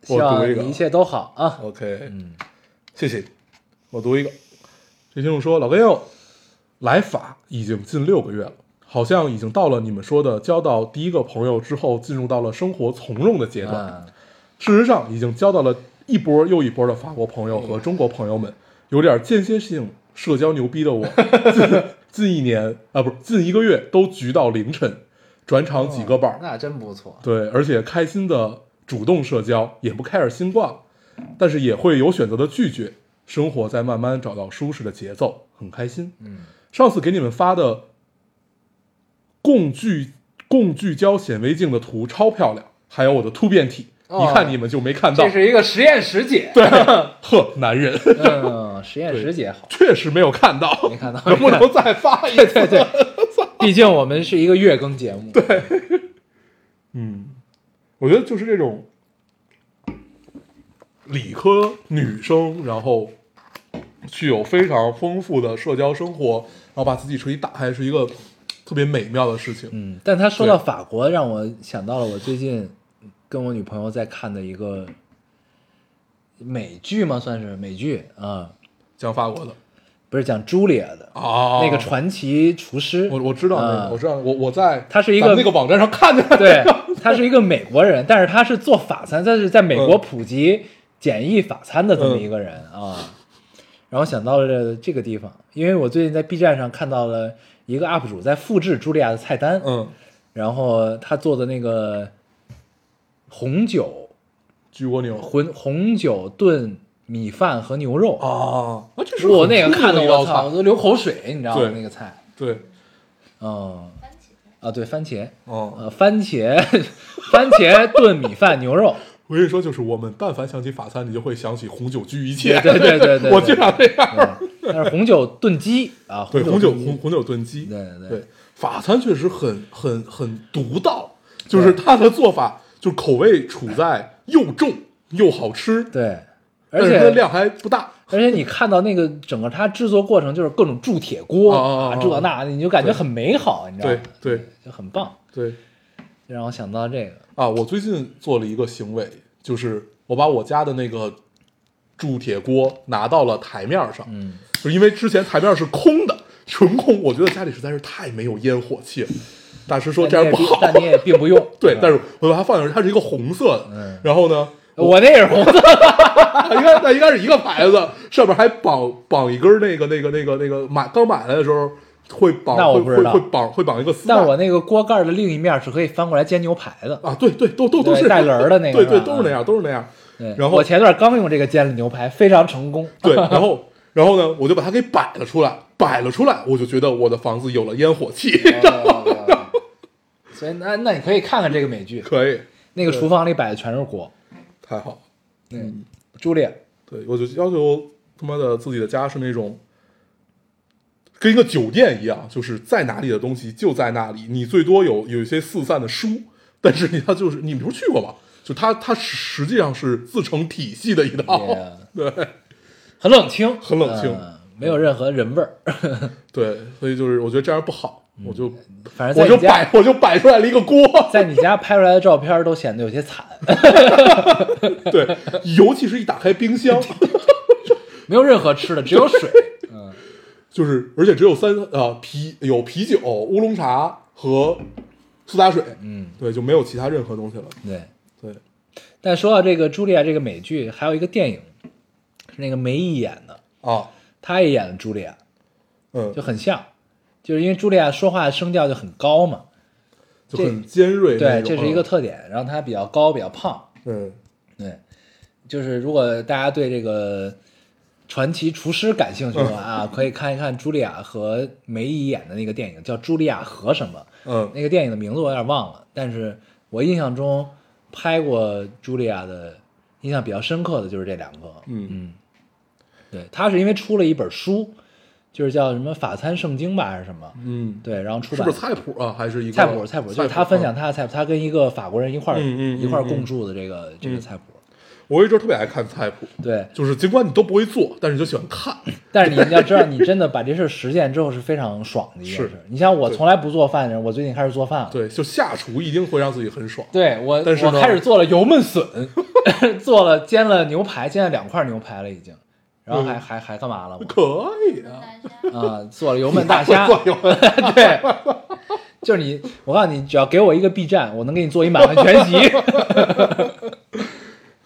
[SPEAKER 1] 希
[SPEAKER 2] 我
[SPEAKER 1] 望
[SPEAKER 2] 读一个
[SPEAKER 1] 你一切都好啊！
[SPEAKER 2] OK，嗯，谢谢你。我读一个，这听众说：“老根友，来法已经近六个月了，好像已经到了你们说的交到第一个朋友之后，进入到了生活从容的阶段。
[SPEAKER 1] 嗯，
[SPEAKER 2] 事实上，已经交到了一波又一波的法国朋友和中国朋友们，有点间歇性社交牛逼的我，近 (laughs) 近一年啊，不是近一个月都局到凌晨，转场几个板儿，
[SPEAKER 1] 那真不错。
[SPEAKER 2] 对，而且开心的主动社交，也不开始新冠，但是也会有选择的拒绝。生活在慢慢找到舒适的节奏，很开心。
[SPEAKER 1] 嗯，
[SPEAKER 2] 上次给你们发的共聚共聚焦显微镜的图超漂亮，还有我的突变体，
[SPEAKER 1] 哦
[SPEAKER 2] 一看你们就没看到
[SPEAKER 1] 这。是一个实验室姐，
[SPEAKER 2] 对，呵，男人 (laughs)
[SPEAKER 1] 嗯，实验室姐好，
[SPEAKER 2] 确实没有看到，
[SPEAKER 1] 没看到
[SPEAKER 2] 能不能再
[SPEAKER 1] (laughs)
[SPEAKER 2] 发一次？
[SPEAKER 1] 对毕竟我们是一个月更节目。对，
[SPEAKER 2] 嗯，我觉得就是这种理科女生，然后具有非常丰富的社交生活，然后把自己彻底打开，是一个特别美妙的事情。
[SPEAKER 1] 嗯，但他说到法国，让我想到了我最近跟我女朋友在看的一个美剧吗？算是美剧啊、
[SPEAKER 2] 讲法国的
[SPEAKER 1] 不是讲朱丽叶的、
[SPEAKER 2] 啊，
[SPEAKER 1] 那个传奇厨师，
[SPEAKER 2] 我我知道那个，
[SPEAKER 1] 啊
[SPEAKER 2] 我知道，我我在
[SPEAKER 1] 它是一个
[SPEAKER 2] 咱们那个网站上看 (laughs) 见的，
[SPEAKER 1] 对，他是一个美国人，但是他是做法餐，他是在美国
[SPEAKER 2] 嗯
[SPEAKER 1] 普及简易法餐的这么一个人啊。然后想到了这个地方，因为我最近在 B 站上看到了一个 UP 主在复制茱莉亚的菜单，
[SPEAKER 2] 嗯，
[SPEAKER 1] 然后他做的那个红酒
[SPEAKER 2] 焗蜗牛
[SPEAKER 1] 混红酒炖米饭和牛肉，
[SPEAKER 2] 啊，啊这是
[SPEAKER 1] 我
[SPEAKER 2] 很
[SPEAKER 1] 那个
[SPEAKER 2] 酷的
[SPEAKER 1] 看的
[SPEAKER 2] 一
[SPEAKER 1] 我
[SPEAKER 2] 道
[SPEAKER 1] 操，我
[SPEAKER 2] 菜，
[SPEAKER 1] 都流口水，你知道吗
[SPEAKER 2] 对？
[SPEAKER 1] 那个菜，
[SPEAKER 2] (laughs) 对，
[SPEAKER 1] 嗯，啊对，番茄，
[SPEAKER 2] 嗯，
[SPEAKER 1] 呃，番茄番茄炖米饭牛肉。
[SPEAKER 2] 我跟你说，就是我们但凡想起法餐，你就会想起红酒居一切，
[SPEAKER 1] 对对对对对
[SPEAKER 2] (laughs) 我经常这样，
[SPEAKER 1] 对，嗯但是红酒炖鸡啊，
[SPEAKER 2] 对，
[SPEAKER 1] 红
[SPEAKER 2] 红酒
[SPEAKER 1] 炖鸡
[SPEAKER 2] 红红酒炖鸡，
[SPEAKER 1] 对对
[SPEAKER 2] 对，法餐确实很很很独到，就是它的做法，就是口味处在又重又好吃，
[SPEAKER 1] 对，
[SPEAKER 2] 但
[SPEAKER 1] 而
[SPEAKER 2] 是它的
[SPEAKER 1] 且
[SPEAKER 2] 量还不大，
[SPEAKER 1] 而且你看到那个整个它制作过程就是各种铸铁锅
[SPEAKER 2] 哦哦哦
[SPEAKER 1] 啊，这那，你就感觉
[SPEAKER 2] 对
[SPEAKER 1] 很美好，你知道
[SPEAKER 2] 对
[SPEAKER 1] 吗？
[SPEAKER 2] 对
[SPEAKER 1] 就很棒，
[SPEAKER 2] 对
[SPEAKER 1] 就让我想到这个，
[SPEAKER 2] 啊，我最近做了一个行为，就是我把我家的那个铸铁锅拿到了台面上，
[SPEAKER 1] 嗯，
[SPEAKER 2] 就是因为之前台面是空的，纯空，我觉得家里实在是太没有烟火气了。大师 (laughs) 说这样不好，，
[SPEAKER 1] 但你也并不用
[SPEAKER 2] 对
[SPEAKER 1] 吧，
[SPEAKER 2] 但是我把它放进去，它是一个红色的，
[SPEAKER 1] 嗯
[SPEAKER 2] 然后呢，
[SPEAKER 1] 我那是红色，
[SPEAKER 2] 啊， (laughs) 应该那应该是一个牌子，上面还绑绑一根儿那个那个那个那个买刚买来的时候会绑，
[SPEAKER 1] 那我
[SPEAKER 2] 会
[SPEAKER 1] 不知
[SPEAKER 2] 会
[SPEAKER 1] 道
[SPEAKER 2] 会绑会绑一个丝带。
[SPEAKER 1] 但我那个锅盖的另一面是可以翻过来煎牛排
[SPEAKER 2] (laughs)
[SPEAKER 1] 的，
[SPEAKER 2] 啊，对对，都都都
[SPEAKER 1] 对
[SPEAKER 2] 是
[SPEAKER 1] 带轮儿的那个
[SPEAKER 2] 对
[SPEAKER 1] 是吧
[SPEAKER 2] 对，都是那样，都是那
[SPEAKER 1] (laughs)
[SPEAKER 2] 样。
[SPEAKER 1] 对，
[SPEAKER 2] 然后
[SPEAKER 1] 我前段刚用这个煎了牛排，非常成功，
[SPEAKER 2] 对，然后然后呢，我就把它给摆了出来，摆了出来，我就觉得我的房子有了烟火气， (laughs)
[SPEAKER 1] 哎 (laughs) 所以那那你可以看看这个美剧，
[SPEAKER 2] 可以，
[SPEAKER 1] 那个厨房里摆的全是锅，
[SPEAKER 2] 太好了。
[SPEAKER 1] 嗯，朱莉，
[SPEAKER 2] 对，我就要求他妈的自己的家是那种跟一个酒店一样，就是在哪里的东西就在那里，你最多有有一些四散的书，但是你它就是你不是去过吗？就它它实际上是自成体系的一套
[SPEAKER 1] Yeah
[SPEAKER 2] (laughs) 对
[SPEAKER 1] 很冷清，
[SPEAKER 2] 很冷清
[SPEAKER 1] 嗯没有任何人味 (laughs) 儿。
[SPEAKER 2] 对，所以就是我觉得这样不好，我就
[SPEAKER 1] 反正嗯在
[SPEAKER 2] 我就
[SPEAKER 1] 你家，
[SPEAKER 2] 摆我就摆出来了一个锅，
[SPEAKER 1] 在你家拍出来的照片都显得有些 (laughs) 惨，
[SPEAKER 2] 对，尤其是一打开
[SPEAKER 1] (laughs)
[SPEAKER 2] 冰箱，
[SPEAKER 1] 没有任何吃的，只有水。嗯，
[SPEAKER 2] 就是而且只有三呃啤有啤酒、乌龙茶和苏打水，
[SPEAKER 1] 嗯，
[SPEAKER 2] 对，就没有其他任何东西了，
[SPEAKER 1] 对。
[SPEAKER 2] 对。
[SPEAKER 1] 但说到这个茱莉亚这个美剧，还有一个电影，是那个梅姨演的，
[SPEAKER 2] 啊，
[SPEAKER 1] 她也演了茱莉亚，
[SPEAKER 2] 嗯
[SPEAKER 1] 就，很像，就是因为茱莉亚说话声调就很高嘛，
[SPEAKER 2] 就
[SPEAKER 1] 这
[SPEAKER 2] 很尖锐那
[SPEAKER 1] 对，
[SPEAKER 2] 种。
[SPEAKER 1] 这是一个特点。然后她比较高，比较胖，
[SPEAKER 2] 嗯，
[SPEAKER 1] 对，就是如果大家对这个传奇厨师感兴趣的话
[SPEAKER 2] (laughs)
[SPEAKER 1] 啊，可以看一看茱莉亚和梅姨演的那个电影，叫《茱莉亚和什么》。
[SPEAKER 2] 嗯嗯
[SPEAKER 1] 那个电影的名字我有点忘了，但是我印象中拍过茱莉亚的印象比较深刻的就是这两个。
[SPEAKER 2] 嗯
[SPEAKER 1] 对，她是因为出了一本书，就是叫什么《法餐圣经》吧，还是什么？
[SPEAKER 2] 嗯，
[SPEAKER 1] 对，然后出
[SPEAKER 2] 是
[SPEAKER 1] 版
[SPEAKER 2] 不是菜谱啊？还是一个
[SPEAKER 1] 菜谱，菜谱就是他分享。他的菜谱，他跟一个法国人一块儿
[SPEAKER 2] 嗯嗯嗯嗯
[SPEAKER 1] 一块儿
[SPEAKER 2] 嗯
[SPEAKER 1] 共住的这个这个
[SPEAKER 2] 嗯
[SPEAKER 1] 菜谱。
[SPEAKER 2] 嗯我一直特别爱看菜谱，
[SPEAKER 1] 对，
[SPEAKER 2] 就是尽管你都不会做，但是你就喜欢看。
[SPEAKER 1] 但是你要知道，你真的把这事儿实践之后是非常爽的一件
[SPEAKER 2] 是
[SPEAKER 1] 事儿。你像我
[SPEAKER 2] 对
[SPEAKER 1] 从来不做饭的人，我最近开始做饭了。
[SPEAKER 2] 对，就下厨一定会让自己很爽。
[SPEAKER 1] 对我，
[SPEAKER 2] 但是
[SPEAKER 1] 我
[SPEAKER 2] 呢
[SPEAKER 1] 开始做了油焖笋， (laughs) 做了煎了牛排，煎了两块牛排了已经，然后还、
[SPEAKER 2] 嗯
[SPEAKER 1] 还还干嘛了我？
[SPEAKER 2] 可以啊，，
[SPEAKER 1] 啊、做了油焖大虾
[SPEAKER 2] (laughs) 做油焖
[SPEAKER 1] (laughs) 对，就是你，
[SPEAKER 2] (laughs)
[SPEAKER 1] 我告诉你，只要给我一个 B 站，我能给你做一满汉全席。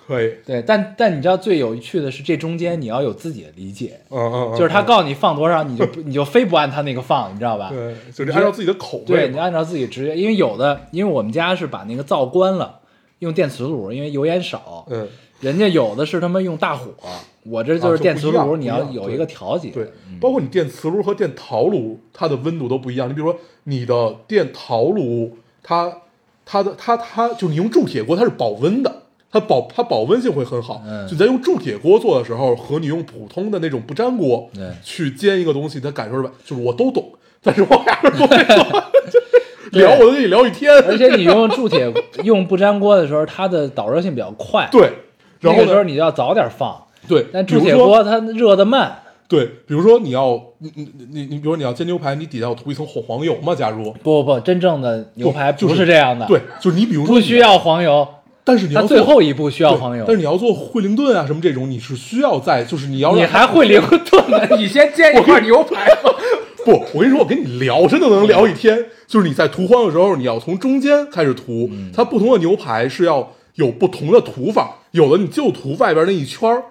[SPEAKER 2] 可以，
[SPEAKER 1] 对，但但你知道最有趣的是，这中间你要有自己的理解，
[SPEAKER 2] 嗯嗯，嗯嗯
[SPEAKER 1] 就是他，告诉你放多少，你就不你就非不按他那个放，你知道吧？
[SPEAKER 2] 对，就是按照自己的口
[SPEAKER 1] 对，
[SPEAKER 2] 味
[SPEAKER 1] 你
[SPEAKER 2] 嘛，
[SPEAKER 1] 按照自己职业，因为有的，因为我们家是把那个灶关了，用电磁炉，因为油烟少，
[SPEAKER 2] 嗯，
[SPEAKER 1] 人家有的是他妈用大火，我这
[SPEAKER 2] 啊
[SPEAKER 1] 就
[SPEAKER 2] 就是不
[SPEAKER 1] 电磁
[SPEAKER 2] 一样
[SPEAKER 1] 炉，
[SPEAKER 2] 不
[SPEAKER 1] 你
[SPEAKER 2] 一
[SPEAKER 1] 要
[SPEAKER 2] 样
[SPEAKER 1] 有
[SPEAKER 2] 对
[SPEAKER 1] 一个调节。
[SPEAKER 2] 对，包括你电磁炉和电陶炉，它的温度都不一样。你比如说你的电陶炉，它它的它它就是你用铸铁锅，它是保温的，它保它保温性会很好。
[SPEAKER 1] 嗯
[SPEAKER 2] 就你在用铸铁锅做的时候，和你用普通的那种不粘锅
[SPEAKER 1] 对
[SPEAKER 2] 去煎一个东西，它感受是吧？就是我都懂，但是我俩人都
[SPEAKER 1] (laughs)
[SPEAKER 2] 没懂，就是聊我都跟你聊一天。
[SPEAKER 1] 而且你用铸铁用不粘锅的时候，它的导热性比较快，，
[SPEAKER 2] (laughs) 对，然后
[SPEAKER 1] 那个时候
[SPEAKER 2] 呢？
[SPEAKER 1] 你就要早点放，
[SPEAKER 2] 对，
[SPEAKER 1] 但
[SPEAKER 2] 比
[SPEAKER 1] 铸
[SPEAKER 2] 如
[SPEAKER 1] 铁
[SPEAKER 2] 说
[SPEAKER 1] 锅它热的慢，
[SPEAKER 2] 对，比如说你要你你你你，比如说你要煎牛排，你底下要涂一层黄黄油嘛？假如
[SPEAKER 1] 不不不，真正的牛排
[SPEAKER 2] 就
[SPEAKER 1] 不
[SPEAKER 2] 是
[SPEAKER 1] 是这样的，
[SPEAKER 2] 对，，就是你比如说
[SPEAKER 1] 不
[SPEAKER 2] 你
[SPEAKER 1] 需，要黄油，
[SPEAKER 2] 但是你要
[SPEAKER 1] 它
[SPEAKER 2] 做
[SPEAKER 1] 最后一步需要黄油
[SPEAKER 2] 对但是，你要做惠灵顿啊什么这种，你是需要在就是你要
[SPEAKER 1] 你
[SPEAKER 2] 让
[SPEAKER 1] 还会灵顿
[SPEAKER 2] (laughs)
[SPEAKER 1] 呢，你先煎一块牛排吧。
[SPEAKER 2] 不，我跟你说，我跟你聊真的能聊一天。就是你在涂黄油的时候，你要从中间开始涂，
[SPEAKER 1] 嗯
[SPEAKER 2] 它不同的牛排是要有不同的涂法，有的你就涂外边那一圈儿，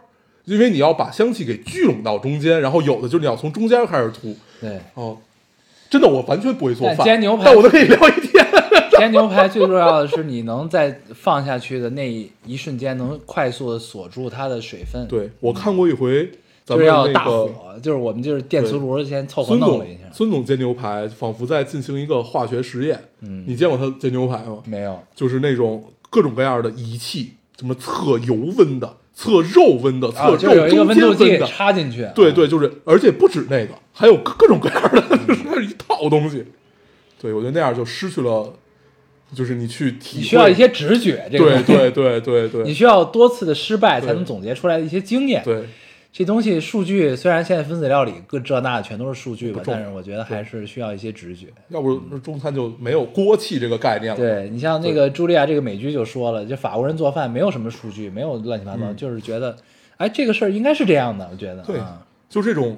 [SPEAKER 2] 因为你要把香气给聚拢到中间，然后有的就是你要从中间开始涂。
[SPEAKER 1] 对，
[SPEAKER 2] 哦，真的我完全不会做
[SPEAKER 1] 但
[SPEAKER 2] 饭，
[SPEAKER 1] 煎牛排
[SPEAKER 2] 但我都可以聊一天。
[SPEAKER 1] (laughs) 煎牛排最重要的是你能在放下去的那一瞬间能快速的锁住它的水分，，
[SPEAKER 2] 对，我看过一回，咱
[SPEAKER 1] 就
[SPEAKER 2] 们
[SPEAKER 1] 是要
[SPEAKER 2] 那
[SPEAKER 1] 大
[SPEAKER 2] 个
[SPEAKER 1] 火，就是我们就是电磁炉先凑合
[SPEAKER 2] 孙
[SPEAKER 1] 弄
[SPEAKER 2] 总
[SPEAKER 1] 了一下，
[SPEAKER 2] 孙总煎牛排，仿佛在进行一个化学实验。嗯，你见过他煎牛排吗？
[SPEAKER 1] 没有，
[SPEAKER 2] 就是那种各种各样的仪器，什么测油温的、测肉温的、测
[SPEAKER 1] 啊，就有
[SPEAKER 2] 肉
[SPEAKER 1] 一个
[SPEAKER 2] 中
[SPEAKER 1] 温度
[SPEAKER 2] 间
[SPEAKER 1] 计
[SPEAKER 2] 温的。
[SPEAKER 1] 插进去，啊
[SPEAKER 2] 对对，就是，而且不止那个，还有各各种各样的， (laughs) 就是它是一套东西。对，我觉得那样就失去了，就是你去体
[SPEAKER 1] 你
[SPEAKER 2] 会，
[SPEAKER 1] 需要一些直觉，这个
[SPEAKER 2] 对
[SPEAKER 1] 东西
[SPEAKER 2] 对对对
[SPEAKER 1] (laughs)
[SPEAKER 2] 对
[SPEAKER 1] 你需要多次的失败才
[SPEAKER 2] 对
[SPEAKER 1] 能总结出来一些经验。
[SPEAKER 2] 对，
[SPEAKER 1] 这东西数据虽然现在分子料理各这那全都是数据吧，
[SPEAKER 2] 重要
[SPEAKER 1] 但是我觉得还是需要一些直觉。
[SPEAKER 2] 要不中餐就没有锅气这个概念了。
[SPEAKER 1] 对你像那个茱莉亚这个美剧就说了，这法国人做饭没有什么数据，没有乱七八糟，就是觉得，哎，这个事儿应该是这样的，我觉得。
[SPEAKER 2] 嗯对
[SPEAKER 1] 啊、，
[SPEAKER 2] 就这种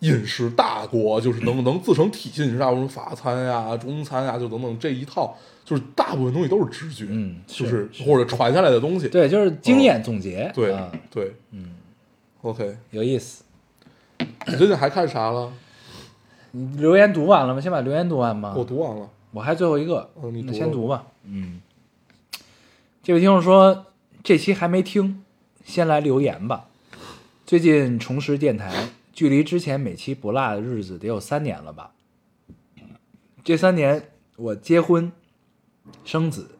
[SPEAKER 2] 饮食大国，就是能能自成体系，饮食大国，什么法餐呀、中餐呀，就等等这一套，就是大部分东西都是直觉，
[SPEAKER 1] 嗯
[SPEAKER 2] 就是或者传下来的东西，
[SPEAKER 1] 对，就是经验总结。
[SPEAKER 2] 对
[SPEAKER 1] 啊，
[SPEAKER 2] 对，嗯，OK，
[SPEAKER 1] 有意思。
[SPEAKER 2] 你最近还看啥了？
[SPEAKER 1] 你留言读完了吗？先把留言读完吧。
[SPEAKER 2] 我读完了，
[SPEAKER 1] 我还最后一个，
[SPEAKER 2] 嗯你
[SPEAKER 1] 那
[SPEAKER 2] 读
[SPEAKER 1] 先
[SPEAKER 2] 吧
[SPEAKER 1] 读吧。嗯，这位听众说这期还没听，先来留言吧。最近重拾电台，距离之前每期不落的日子得有三年了吧？这三年我结婚、生子、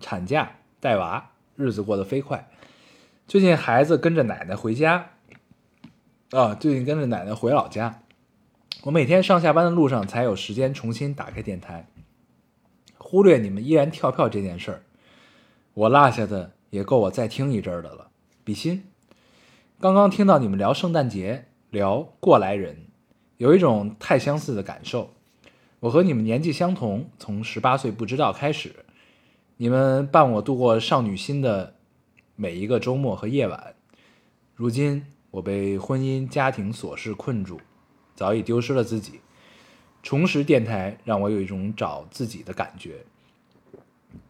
[SPEAKER 1] 产假、带娃，日子过得飞快。最近孩子跟着奶奶回家，啊，最近跟着奶奶回老家。我每天上下班的路上才有时间重新打开电台，忽略你们依然跳票这件事儿，我落下的也够我再听一阵儿的了。比心，刚刚听到你们聊圣诞节，聊过来人，有一种太相似的感受。我和你们年纪相同，从十八岁不知道开始，你们伴我度过少女心的每一个周末和夜晚。如今我被婚姻、家庭琐事困住，早已丢失了自己。重拾电台让我有一种找自己的感觉，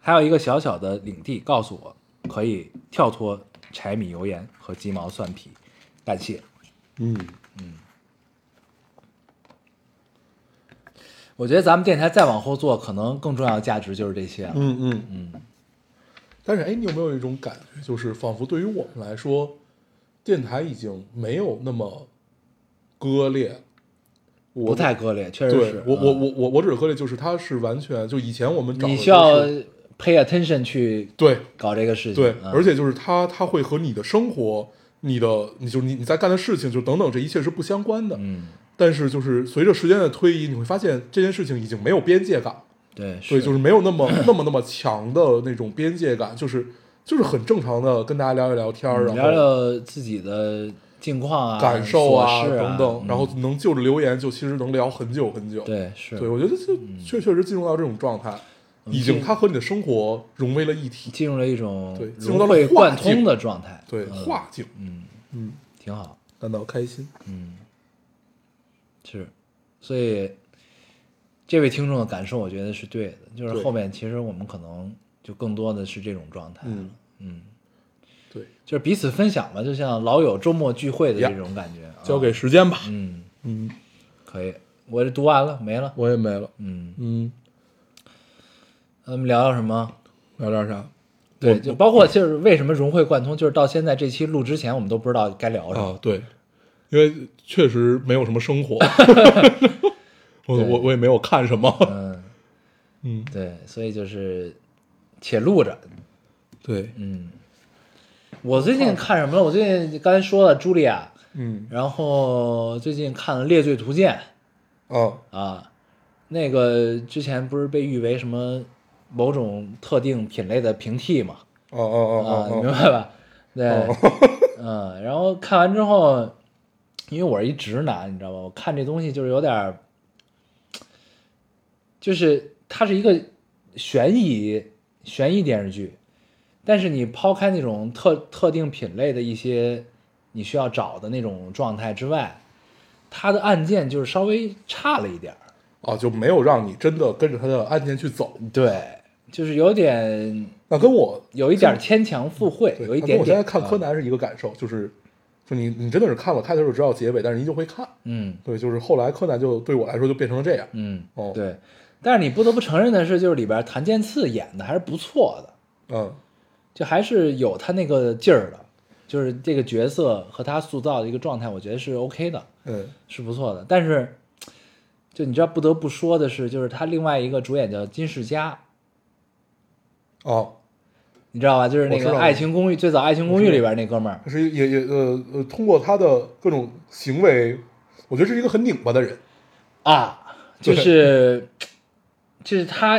[SPEAKER 1] 还有一个小小的领地告诉我，可以跳脱柴米油盐和鸡毛蒜皮。感谢，
[SPEAKER 2] 嗯，
[SPEAKER 1] 我觉得咱们电台再往后做，可能更重要的价值就是这些了。
[SPEAKER 2] 嗯嗯嗯。但是，哎，你有没有一种感觉，就是仿佛对于我们来说，电台已经没有那么割裂了？我
[SPEAKER 1] 不太割裂，确实
[SPEAKER 2] 对
[SPEAKER 1] 是。
[SPEAKER 2] 我我
[SPEAKER 1] 嗯
[SPEAKER 2] 我我我只是喝的就是它是完全就以前我们找的
[SPEAKER 1] 你
[SPEAKER 2] 都
[SPEAKER 1] 需要
[SPEAKER 2] 是
[SPEAKER 1] pay attention 去
[SPEAKER 2] 对
[SPEAKER 1] 搞这个事情。
[SPEAKER 2] 对，
[SPEAKER 1] 嗯
[SPEAKER 2] 而且就是它它会和你的生活、你的你就是你你在干的事情就等等这一切是不相关的。
[SPEAKER 1] 嗯，
[SPEAKER 2] 但是就是随着时间的推移，你会发现这件事情已经没有边界感，
[SPEAKER 1] 对，
[SPEAKER 2] 对，就是没有那么那么那么强的那种边界感，就是就是很正常的跟大家聊一聊天儿，
[SPEAKER 1] 嗯
[SPEAKER 2] 然
[SPEAKER 1] 聊
[SPEAKER 2] 后
[SPEAKER 1] 聊自己的近况啊、
[SPEAKER 2] 感受
[SPEAKER 1] 啊
[SPEAKER 2] 啊等等，然后
[SPEAKER 1] 嗯
[SPEAKER 2] 能就着留言就其实能聊很久很久。
[SPEAKER 1] 对嗯是
[SPEAKER 2] 对，我觉得这确确实进入到这种状态，已经
[SPEAKER 1] 进
[SPEAKER 2] 它和你的生活融为了一体，
[SPEAKER 1] 进入了一种
[SPEAKER 2] 对进入
[SPEAKER 1] 融
[SPEAKER 2] 到了
[SPEAKER 1] 会
[SPEAKER 2] 化
[SPEAKER 1] 贯
[SPEAKER 2] 境
[SPEAKER 1] 通的状态。
[SPEAKER 2] 对，
[SPEAKER 1] 嗯
[SPEAKER 2] 化境，
[SPEAKER 1] 挺好，嗯
[SPEAKER 2] 感到开心。
[SPEAKER 1] 是，所以这位听众的感受，我觉得是对的，就是
[SPEAKER 2] 对
[SPEAKER 1] 后面其实我们可能就更多的是这种状态。
[SPEAKER 2] 嗯
[SPEAKER 1] 嗯，
[SPEAKER 2] 对，
[SPEAKER 1] 就是彼此分享吧，就像老友周末聚会的这
[SPEAKER 2] Yeah
[SPEAKER 1] 种感觉。啊
[SPEAKER 2] 交给时间吧。
[SPEAKER 1] 嗯，
[SPEAKER 2] 嗯，
[SPEAKER 1] 可以，我这读完了，没了。
[SPEAKER 2] 我也没了。
[SPEAKER 1] 嗯，
[SPEAKER 2] 嗯，
[SPEAKER 1] 咱们聊聊什么？
[SPEAKER 2] 聊点啥？
[SPEAKER 1] 对，就包括就是为什么融会贯通，就是到现在这期录之前，我们都不知道该聊什么。
[SPEAKER 2] 啊，对，因为确实没有什么
[SPEAKER 1] (laughs)
[SPEAKER 2] 生活，我我我也没有看什么。
[SPEAKER 1] 嗯，
[SPEAKER 2] 嗯，
[SPEAKER 1] 对，所以就是且录着。
[SPEAKER 2] 对，
[SPEAKER 1] 嗯，我最近看什么了？我最近刚才说了《茱莉亚》，
[SPEAKER 2] 嗯
[SPEAKER 1] 然后最近看了《列罪图鉴
[SPEAKER 2] 啊，》
[SPEAKER 1] 啊，那个之前不是被誉为什么某种特定品类的平替嘛？
[SPEAKER 2] 哦
[SPEAKER 1] 啊，
[SPEAKER 2] 哦
[SPEAKER 1] 你
[SPEAKER 2] 哦
[SPEAKER 1] 明
[SPEAKER 2] 哦
[SPEAKER 1] 白吧？对，嗯，然后看完之后，因为我是一直男，你知道吧？我看这东西就是有点儿，就是它是一个悬疑悬疑电视剧，但是你抛开那种特特定品类的一些你需要找的那种状态之外，它的案件就是稍微差了一点儿。
[SPEAKER 2] 哦，啊，就没有让你真的跟着他的案件去走，
[SPEAKER 1] 对，就是有点
[SPEAKER 2] 那跟我
[SPEAKER 1] 有一点儿牵强附会，
[SPEAKER 2] 对，
[SPEAKER 1] 有一
[SPEAKER 2] 那
[SPEAKER 1] 点点。
[SPEAKER 2] 跟我现在看
[SPEAKER 1] 啊
[SPEAKER 2] 柯，南是一个感受，就是，就你你真的是看了开头就知道结尾，但是你依旧会看。
[SPEAKER 1] 嗯。
[SPEAKER 2] 对，就是后来柯南就对我来说就变成了这样。
[SPEAKER 1] 嗯，
[SPEAKER 2] 哦
[SPEAKER 1] 对。但是你不得不承认的是，就是里边檀健次演的还是不错的，
[SPEAKER 2] 嗯，
[SPEAKER 1] 就还是有他那个劲儿的，就是这个角色和他塑造的一个状态，我觉得是 OK 的，
[SPEAKER 2] 嗯，
[SPEAKER 1] 是不错的。但是，就你知道不得不说的是，就是他另外一个主演叫金世佳，
[SPEAKER 2] 哦，你
[SPEAKER 1] 你知道吧？就是那
[SPEAKER 2] 我知
[SPEAKER 1] 个
[SPEAKER 2] 道
[SPEAKER 1] 《爱情公寓》最早《爱情公寓》里边那哥们儿，
[SPEAKER 2] 是也也呃呃，通过他的各种行为，我觉得是一个很拧巴的人。
[SPEAKER 1] 啊，就
[SPEAKER 2] (laughs) 对
[SPEAKER 1] 是就是他，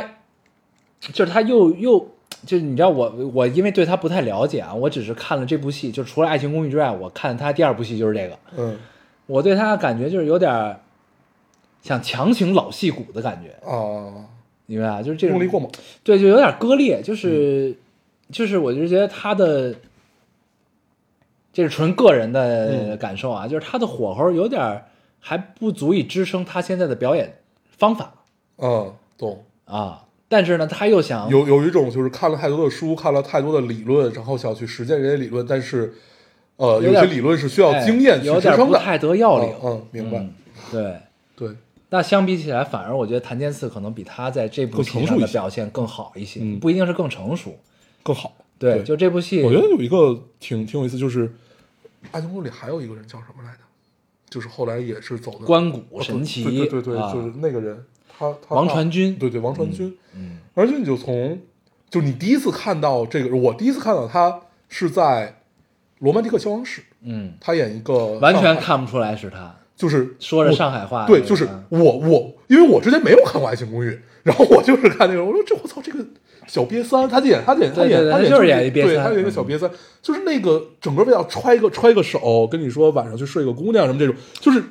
[SPEAKER 1] 就是他又又就是你知道我我因为对他不太了解啊，我只是看了这部戏，就除了《爱情公寓》之外，我看他第二部戏就是这个，
[SPEAKER 2] 嗯，
[SPEAKER 1] 我对他的感觉就是有点儿想强行老戏骨的感觉，
[SPEAKER 2] 啊，
[SPEAKER 1] 明白吧？就是这种
[SPEAKER 2] 用力过猛。嗯
[SPEAKER 1] 对，就有点割裂，就是、就是，我就觉得他的这是纯个人的
[SPEAKER 2] 嗯
[SPEAKER 1] 感受啊，就是他的火候有点儿还不足以支撑他现在的表演方法。
[SPEAKER 2] 嗯，懂。
[SPEAKER 1] 啊，但是呢，他又想
[SPEAKER 2] 有有一种就是看了太多的书，看了太多的理论，然后想去实践这些理论，但是，呃，
[SPEAKER 1] 有
[SPEAKER 2] 有
[SPEAKER 1] 点
[SPEAKER 2] 些理论是需要
[SPEAKER 1] 哎
[SPEAKER 2] 经验去
[SPEAKER 1] 有
[SPEAKER 2] 支
[SPEAKER 1] 点
[SPEAKER 2] 撑
[SPEAKER 1] 不
[SPEAKER 2] 的。
[SPEAKER 1] 太得要领
[SPEAKER 2] 嗯。嗯，明白
[SPEAKER 1] 嗯。对，
[SPEAKER 2] 对，
[SPEAKER 1] 那相比起来，反而我觉得谭健次可能比他在这部
[SPEAKER 2] 更
[SPEAKER 1] 戏
[SPEAKER 2] 成
[SPEAKER 1] 上
[SPEAKER 2] 熟一
[SPEAKER 1] 的
[SPEAKER 2] 些
[SPEAKER 1] 表现更好一些，
[SPEAKER 2] 嗯
[SPEAKER 1] 不一定是更成熟。
[SPEAKER 2] 更好。
[SPEAKER 1] 对，
[SPEAKER 2] 对
[SPEAKER 1] 就这部戏，
[SPEAKER 2] 我觉得有一个挺挺有意思，就是《爱情公寓》里还有一个人叫什么来着？就是后来也是走的哦
[SPEAKER 1] 关谷神奇，
[SPEAKER 2] 对对对对，
[SPEAKER 1] 啊、
[SPEAKER 2] 就是那个人，他他
[SPEAKER 1] 王传君
[SPEAKER 2] 对对王传君，
[SPEAKER 1] 嗯
[SPEAKER 2] 而且你就从就你第一次看到这个，我第一次看到他是在《罗曼蒂克消亡史》，
[SPEAKER 1] 嗯，
[SPEAKER 2] 他演一个
[SPEAKER 1] 完
[SPEAKER 2] 上
[SPEAKER 1] 全
[SPEAKER 2] 海
[SPEAKER 1] 看不出来是他
[SPEAKER 2] 就是
[SPEAKER 1] 说着
[SPEAKER 2] 我
[SPEAKER 1] 上海话的那
[SPEAKER 2] 对，
[SPEAKER 1] 个啊。
[SPEAKER 2] 就是我我，因为我之前没有看过《爱情公寓》，然后我就是看那个，我说这我操，这个小瘪三，他演他演他
[SPEAKER 1] 对对
[SPEAKER 2] 演
[SPEAKER 1] 对
[SPEAKER 2] 他
[SPEAKER 1] 他
[SPEAKER 2] 演
[SPEAKER 1] 就是
[SPEAKER 2] 演
[SPEAKER 1] 演一瘪
[SPEAKER 2] 对
[SPEAKER 1] 三嗯
[SPEAKER 2] 他演一个小瘪三，就是那个整个味道，揣一个揣一个手，跟你说晚上去睡个姑娘什么这种，就是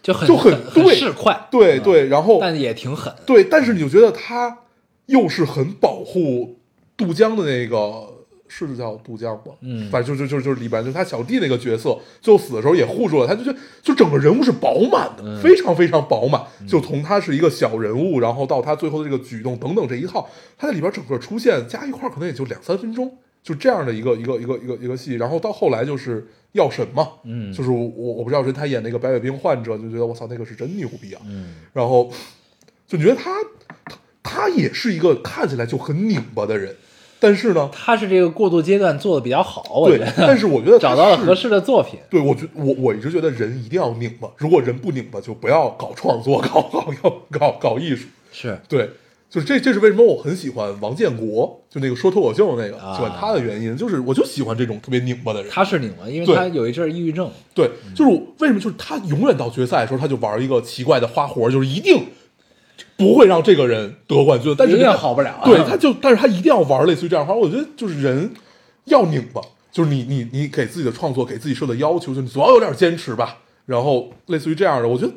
[SPEAKER 1] 就很
[SPEAKER 2] 就
[SPEAKER 1] 很
[SPEAKER 2] 很对哦
[SPEAKER 1] 市侩，
[SPEAKER 2] 对
[SPEAKER 1] 嗯
[SPEAKER 2] 对，然后
[SPEAKER 1] 但也挺狠。
[SPEAKER 2] 对，但是你就觉得他又是很保护杜江的那个。是叫杜江吧，
[SPEAKER 1] 嗯
[SPEAKER 2] 反正就就就就是里边就是他小弟那个角色，最后死的时候也护住了他，就就就整个人物是饱满的，非常非常饱满。就从他是一个小人物，然后到他最后的这个举动等等这一套，他在里边整个出现加一块儿可能也就两三分钟，就这样的一个一个一个一个一个戏。然后到后来就是药神嘛，
[SPEAKER 1] 嗯
[SPEAKER 2] 就是我我不知道神他演那个白血病患者，就觉得我操那个是真牛逼啊，
[SPEAKER 1] 嗯，
[SPEAKER 2] 然后就你觉得他他他也是一个看起来就很拧巴的人，但是呢，
[SPEAKER 1] 他是这个过渡阶段做的比较好，我觉
[SPEAKER 2] 对，
[SPEAKER 1] 得
[SPEAKER 2] 但是我觉得他
[SPEAKER 1] 找到了
[SPEAKER 2] 是
[SPEAKER 1] 合。适的作品。
[SPEAKER 2] 对，我觉我我一直觉得人一定要拧巴，如果人不拧巴，就不要搞创作，搞搞搞搞搞艺术。
[SPEAKER 1] 是，
[SPEAKER 2] 对，就是这这是为什么我很喜欢王建国，就那个说脱口秀那个，
[SPEAKER 1] 啊
[SPEAKER 2] 喜欢他的原因，就是我就喜欢这种特别拧巴的人。
[SPEAKER 1] 他是拧巴，因为
[SPEAKER 2] 对
[SPEAKER 1] 他有一阵儿抑郁症。
[SPEAKER 2] 对，
[SPEAKER 1] 嗯
[SPEAKER 2] 就是我为什么就是他永远到决赛的时候，他就玩一个奇怪的花活，就是一定不会让这个人得冠军，但是
[SPEAKER 1] 永
[SPEAKER 2] 他
[SPEAKER 1] 远好不了啊
[SPEAKER 2] 对，他就但是他一定要玩类似于这样的花，我觉得就是人要拧巴，就是你你你给自己的创作给自己设的要求，就你总要有点坚持吧。然后类似于这样的，我觉得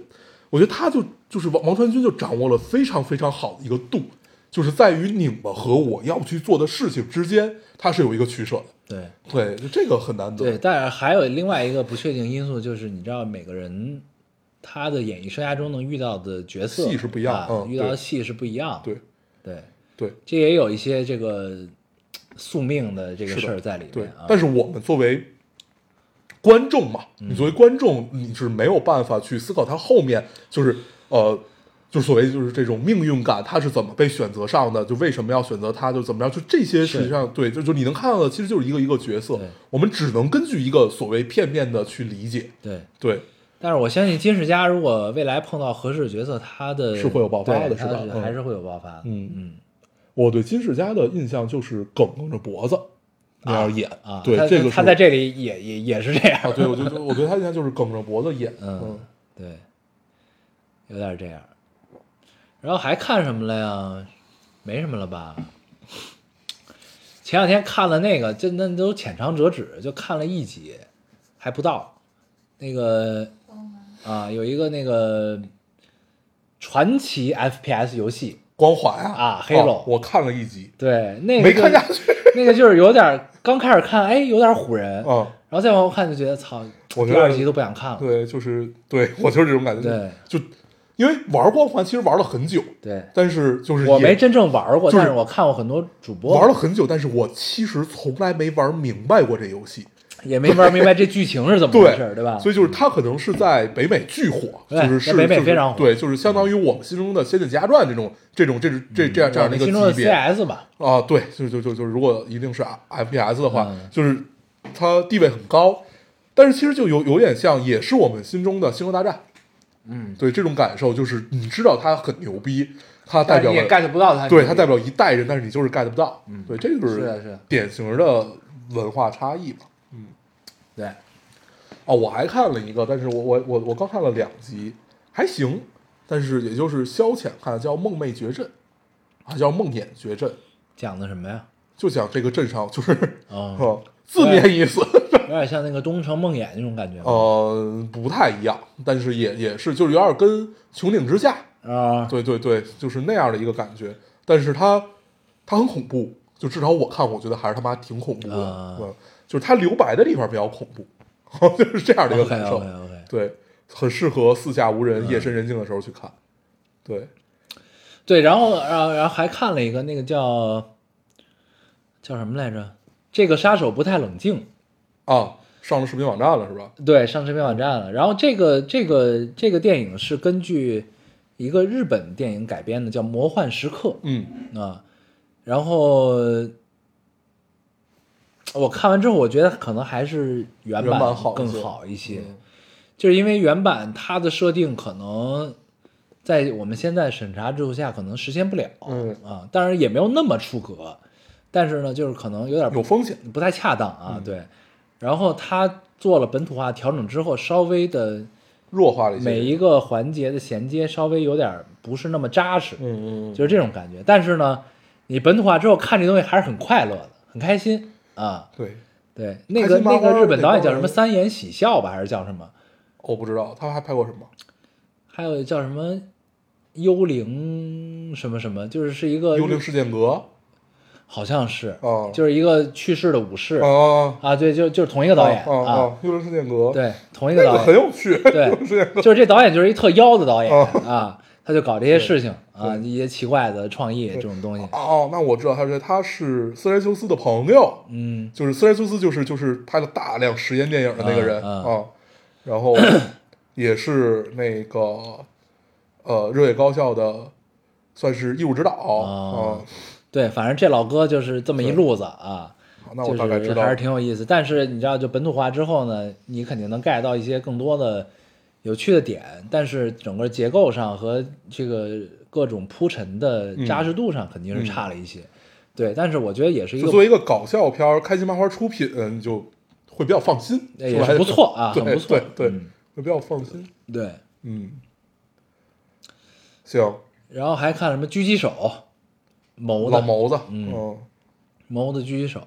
[SPEAKER 2] 我觉得他就就是王王传君就掌握了非常非常好的一个度，就是在于拧巴和我要去做的事情之间，他是有一个取舍的。
[SPEAKER 1] 对，
[SPEAKER 2] 对，就这个很难得。
[SPEAKER 1] 对，但是还有另外一个不确定因素，就是你知道每个人他的演艺生涯中能遇到的角色
[SPEAKER 2] 戏是不一样
[SPEAKER 1] 啊
[SPEAKER 2] 嗯
[SPEAKER 1] 遇到的
[SPEAKER 2] 对
[SPEAKER 1] 戏是不一样。
[SPEAKER 2] 对
[SPEAKER 1] 对，
[SPEAKER 2] 对，
[SPEAKER 1] 这也有一些这个宿命的这个
[SPEAKER 2] 是的
[SPEAKER 1] 事儿在里
[SPEAKER 2] 对
[SPEAKER 1] 面啊。，
[SPEAKER 2] 但是我们作为观众嘛，你
[SPEAKER 1] 嗯
[SPEAKER 2] 作为观众，你是没有办法去思考它后面就是呃，就是所谓就是这种命运感，它是怎么被选择上的，就为什么要选择它，就怎么样，就这些实际上对，就就你能看到的，其实就是一个一个角色
[SPEAKER 1] 对，
[SPEAKER 2] 我们只能根据一个所谓片面的去理解，
[SPEAKER 1] 对，
[SPEAKER 2] 对，
[SPEAKER 1] 但是我相信金世佳如果未来碰到合适的角色，他的
[SPEAKER 2] 是会有爆发的
[SPEAKER 1] 对
[SPEAKER 2] 是
[SPEAKER 1] 他
[SPEAKER 2] 吧嗯
[SPEAKER 1] 还是会有爆发的。
[SPEAKER 2] 嗯
[SPEAKER 1] 嗯，
[SPEAKER 2] 我对金世佳的印象就是梗梗着脖子那样演
[SPEAKER 1] 啊，
[SPEAKER 2] 对
[SPEAKER 1] 他
[SPEAKER 2] 这个
[SPEAKER 1] 他
[SPEAKER 2] 是
[SPEAKER 1] 在这里也也也是这样
[SPEAKER 2] 啊，。对我就就我对他印象就是梗着脖子演，
[SPEAKER 1] 嗯
[SPEAKER 2] 嗯，
[SPEAKER 1] 对，有点这样。然后还看什么了呀？没什么了吧？前两天看了那个，就那都浅尝辄止，就看了一集，还不到。那个啊，有一个那个传奇 FPS 游戏，
[SPEAKER 2] 光环啊
[SPEAKER 1] 啊黑喽
[SPEAKER 2] 我看了一集，
[SPEAKER 1] 对， (laughs) 那个
[SPEAKER 2] 没
[SPEAKER 1] 就
[SPEAKER 2] 看下去，
[SPEAKER 1] 那个就是有点刚开始看，哎，有点唬人，
[SPEAKER 2] (laughs) 啊。
[SPEAKER 1] 然后再往后看就觉得操，
[SPEAKER 2] 我
[SPEAKER 1] 第
[SPEAKER 2] 觉得
[SPEAKER 1] 二集都不想看了。
[SPEAKER 2] 对，就是对 (laughs) 我就是这种感觉，
[SPEAKER 1] 对
[SPEAKER 2] 就因为玩光环其实玩了很久，
[SPEAKER 1] 对，
[SPEAKER 2] 但是就是
[SPEAKER 1] 我
[SPEAKER 2] 也
[SPEAKER 1] 没真正玩过，
[SPEAKER 2] 就是
[SPEAKER 1] 但是我看过很多主播
[SPEAKER 2] 玩了很久，但是我其实从来没玩明白过这游戏，
[SPEAKER 1] 也没玩明白这剧情是怎么回
[SPEAKER 2] 对
[SPEAKER 1] 嗯事
[SPEAKER 2] (laughs)
[SPEAKER 1] 儿，对吧？
[SPEAKER 2] 所以就是它可能是在北美巨火，
[SPEAKER 1] 对
[SPEAKER 2] 就是
[SPEAKER 1] 在
[SPEAKER 2] 是
[SPEAKER 1] 北美
[SPEAKER 2] 就是
[SPEAKER 1] 非常火
[SPEAKER 2] 对，就是相当于我们心中的《仙剑奇侠传》这种这种这种这这样这样的一
[SPEAKER 1] 你嗯
[SPEAKER 2] 个
[SPEAKER 1] 心中的
[SPEAKER 2] 级别
[SPEAKER 1] CS 吧，
[SPEAKER 2] 啊，对，就就就就是如果一定是 FPS 的话，
[SPEAKER 1] 嗯
[SPEAKER 2] 就是它地位很高，但是其实就有有点像，也是我们心中的《星球大战》。
[SPEAKER 1] 嗯，
[SPEAKER 2] 对这种感受，就是你知道它很牛逼，它代
[SPEAKER 1] 但
[SPEAKER 2] 表
[SPEAKER 1] 你也
[SPEAKER 2] 了
[SPEAKER 1] get 不到他，
[SPEAKER 2] 对它代表一代人，但是你就是 get 不到。嗯，对，这就是
[SPEAKER 1] 的是的啊
[SPEAKER 2] 典型的文化差异嘛。
[SPEAKER 1] 对，
[SPEAKER 2] 啊，我还看了一个，但是我我我我刚看了两集，还行，但是也就是消遣看，叫《梦寐绝阵》，啊，叫《梦魇绝阵》，
[SPEAKER 1] 讲的什么呀？
[SPEAKER 2] 就讲这个镇上就是、
[SPEAKER 1] 嗯，
[SPEAKER 2] 呃 (laughs) 字面意思，
[SPEAKER 1] 有点像那个《东城梦魇》那种感觉吗
[SPEAKER 2] 呃，不太一样，但是也也是就是有点跟《穹顶之下》
[SPEAKER 1] 啊，
[SPEAKER 2] 对对对，就是那样的一个感觉。但是它它很恐怖，就至少我看，我觉得还是他妈挺恐怖的。
[SPEAKER 1] 啊
[SPEAKER 2] 嗯，就是它留白的地方比较恐怖， (laughs) 就是这样的一个
[SPEAKER 1] OK
[SPEAKER 2] 感受。
[SPEAKER 1] OK OK，
[SPEAKER 2] 对，很适合四下
[SPEAKER 1] 嗯
[SPEAKER 2] 无人、夜深人静的时候去看。对，
[SPEAKER 1] 对，然后然后然后还看了一个那个叫叫什么来着？这个杀手不太冷静，
[SPEAKER 2] 啊，上了视频网站了是吧？
[SPEAKER 1] 对，上视频网站了。然后这个这个这个电影是根据一个日本电影改编的，叫《魔幻时刻》。
[SPEAKER 2] 嗯
[SPEAKER 1] 啊，然后呃我看完之后，我觉得可能还是原
[SPEAKER 2] 原版好一
[SPEAKER 1] 更
[SPEAKER 2] 些
[SPEAKER 1] 好一些，
[SPEAKER 2] 嗯
[SPEAKER 1] 就是因为原版它的设定可能在我们现在审查制度下可能实现不了，
[SPEAKER 2] 嗯
[SPEAKER 1] 啊，当然也没有那么出格，但是呢，就是可能有点不
[SPEAKER 2] 有嗯风险。
[SPEAKER 1] 不太恰当啊，对。然后他做了本土化调整之后，稍微的
[SPEAKER 2] 弱化了一些。
[SPEAKER 1] 每一个环节的衔接稍微有点儿不是那么扎实，
[SPEAKER 2] 嗯嗯嗯，
[SPEAKER 1] 就是这种感觉。但是呢，你本土化之后看这东西还是很快乐的，很开心啊。
[SPEAKER 2] 对，
[SPEAKER 1] 对，那
[SPEAKER 2] 开
[SPEAKER 1] 个
[SPEAKER 2] 心麻
[SPEAKER 1] 那
[SPEAKER 2] 花
[SPEAKER 1] 个日本
[SPEAKER 2] 那
[SPEAKER 1] 导演
[SPEAKER 2] 帮
[SPEAKER 1] 叫什么？
[SPEAKER 2] 人
[SPEAKER 1] 三眼喜笑吧，还是叫什么？
[SPEAKER 2] 我不知道他还拍过什么
[SPEAKER 1] 还有叫什么幽灵什么什么？就是是一个
[SPEAKER 2] 《幽灵事件格
[SPEAKER 1] 好像是，
[SPEAKER 2] 哦
[SPEAKER 1] 就是一个去世的武士》
[SPEAKER 2] 啊，
[SPEAKER 1] 啊。对，就就是同一个导演
[SPEAKER 2] 啊啊
[SPEAKER 1] 啊，
[SPEAKER 2] 啊，《幽灵事件格》
[SPEAKER 1] 对，同一个
[SPEAKER 2] 那
[SPEAKER 1] 导
[SPEAKER 2] 个
[SPEAKER 1] 演
[SPEAKER 2] 很。有哦趣， (laughs)
[SPEAKER 1] 对，就是这导演就是一特妖的导演啊，他就搞这些事情啊，一些奇怪的创意这种东西。
[SPEAKER 2] 哦，那我知道他是他是斯莱修斯的朋友，
[SPEAKER 1] 嗯，
[SPEAKER 2] 就是斯莱修斯就是就是拍了大量实验电影的那个人
[SPEAKER 1] 啊
[SPEAKER 2] 啊
[SPEAKER 1] 啊
[SPEAKER 2] 然后也是那个呃热血高校的算是艺术指导
[SPEAKER 1] 啊
[SPEAKER 2] 啊，
[SPEAKER 1] 对，反正这老哥就是这么一路子啊，
[SPEAKER 2] 那
[SPEAKER 1] 就
[SPEAKER 2] 我大概知
[SPEAKER 1] 是
[SPEAKER 2] 道
[SPEAKER 1] 还是挺有意思。但是你知道，就本土化之后呢，你肯定能 get 到一些更多的有趣的点，但是整个结构上和这个各种铺陈的
[SPEAKER 2] 嗯
[SPEAKER 1] 扎实度上肯定是差了一些。对，但是我觉得也是一
[SPEAKER 2] 就作为
[SPEAKER 1] 个
[SPEAKER 2] 一个搞笑片儿，开心麻花出品嗯就会比较放心，
[SPEAKER 1] 也
[SPEAKER 2] 吧
[SPEAKER 1] 是不错啊，
[SPEAKER 2] 对
[SPEAKER 1] 很不错。
[SPEAKER 2] 对对，
[SPEAKER 1] 嗯
[SPEAKER 2] 会比较放心，
[SPEAKER 1] 对。
[SPEAKER 2] 嗯，行，
[SPEAKER 1] 然后还看什么狙击手，谋
[SPEAKER 2] 老
[SPEAKER 1] 的
[SPEAKER 2] 谋子，
[SPEAKER 1] 嗯
[SPEAKER 2] 嗯。
[SPEAKER 1] 谋的狙击手，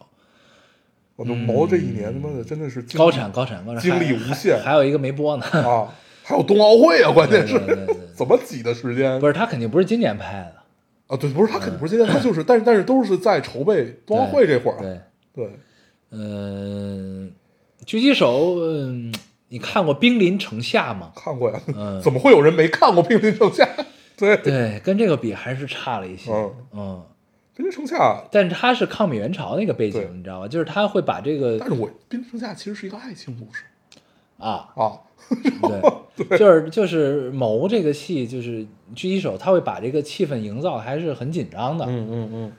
[SPEAKER 2] 我们谋这一年他妈的真的是经历
[SPEAKER 1] 嗯高产高产高产，
[SPEAKER 2] 精力
[SPEAKER 1] 还
[SPEAKER 2] 无限
[SPEAKER 1] 还还有一个没播呢。
[SPEAKER 2] (laughs) 啊！还有冬奥会啊，关键是
[SPEAKER 1] 对对对对
[SPEAKER 2] (laughs) 怎么挤的时间
[SPEAKER 1] 不是，他嗯肯定不是今年拍的。
[SPEAKER 2] 啊？对，不是他肯定不是今天，他就是，但是但是都是在筹备冬奥会这会儿啊。
[SPEAKER 1] 对，
[SPEAKER 2] 对，
[SPEAKER 1] 嗯，狙击手，嗯，你看过《兵临城下》吗？
[SPEAKER 2] 看过呀
[SPEAKER 1] 嗯，
[SPEAKER 2] (laughs) 怎么会有人没看过《兵临城下》？对，
[SPEAKER 1] 对，跟这个比还是差了一些。
[SPEAKER 2] 嗯
[SPEAKER 1] 嗯，
[SPEAKER 2] 冰城盛夏，
[SPEAKER 1] 但是他是抗美援朝那个背
[SPEAKER 2] 对
[SPEAKER 1] 景，你知道吗？就是他会把这个
[SPEAKER 2] 但是我冰城盛夏其实是一个爱情故事 (laughs)
[SPEAKER 1] 啊，
[SPEAKER 2] 啊，
[SPEAKER 1] 对，就是就是谋这个戏，就是狙击手，他会把这个气氛营造得还是很紧张的。
[SPEAKER 2] 嗯嗯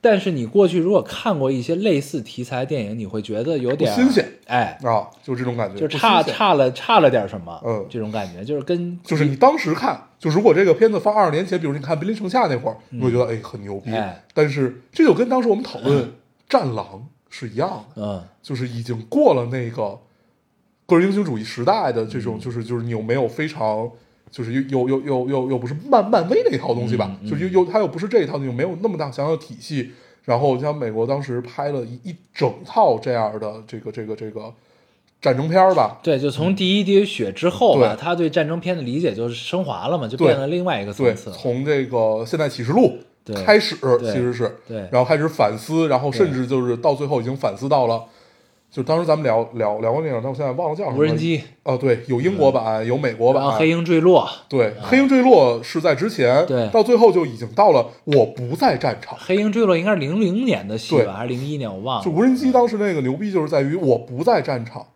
[SPEAKER 1] 但是你过去如果看过一些类似题材的电影，你会觉得有点
[SPEAKER 2] 不新鲜，
[SPEAKER 1] 哎，
[SPEAKER 2] 嗯啊，就是这种感觉，
[SPEAKER 1] 就
[SPEAKER 2] 不
[SPEAKER 1] 差
[SPEAKER 2] 新鲜，
[SPEAKER 1] 差了差了点什么，
[SPEAKER 2] 嗯
[SPEAKER 1] 这种感觉就是跟
[SPEAKER 2] 就是你当时看，就如果这个片子放二十年前，比如你看《兵临城下》那会儿，你会觉得哎很牛逼
[SPEAKER 1] 哎，
[SPEAKER 2] 但是这就跟当时我们讨论《战狼》是一样的，
[SPEAKER 1] 嗯
[SPEAKER 2] 就是已经过了那个个人英雄主义时代的这种，就是就是你有没有非常，就是又又又又又又不是漫漫威那一套东西吧，
[SPEAKER 1] 嗯嗯
[SPEAKER 2] 就是又又它又不是这一套，你又没有那么大想要体系。然后像美国当时拍了一一整套这样的这个这个这个战争片儿吧，
[SPEAKER 1] 对，就从第一滴血之后吧，
[SPEAKER 2] 嗯对
[SPEAKER 1] 他对战争片的理解就是升华了嘛，就
[SPEAKER 2] 对
[SPEAKER 1] 变了另外一个层
[SPEAKER 2] 对，
[SPEAKER 1] 次了。
[SPEAKER 2] 从这个《现代启示录
[SPEAKER 1] 对》
[SPEAKER 2] 开始
[SPEAKER 1] 对
[SPEAKER 2] 其实是，
[SPEAKER 1] 对
[SPEAKER 2] 然后开始反思，然后甚
[SPEAKER 1] 对
[SPEAKER 2] 至就是到最后已经反思到了，就当时咱们聊聊聊过那个，但我现在忘了叫什么
[SPEAKER 1] 无人机，
[SPEAKER 2] 哦，对，有英国版，有美国
[SPEAKER 1] 然后
[SPEAKER 2] 版，
[SPEAKER 1] 黑鹰坠落，
[SPEAKER 2] 对，黑鹰坠落是在之前，
[SPEAKER 1] 对
[SPEAKER 2] 到最后就已经到了我不在战场。
[SPEAKER 1] 黑鹰坠落应该是零零年的戏
[SPEAKER 2] 对
[SPEAKER 1] 吧，还是零一年？我忘了。
[SPEAKER 2] 就无人机当时那个牛逼就是在于我不在战场，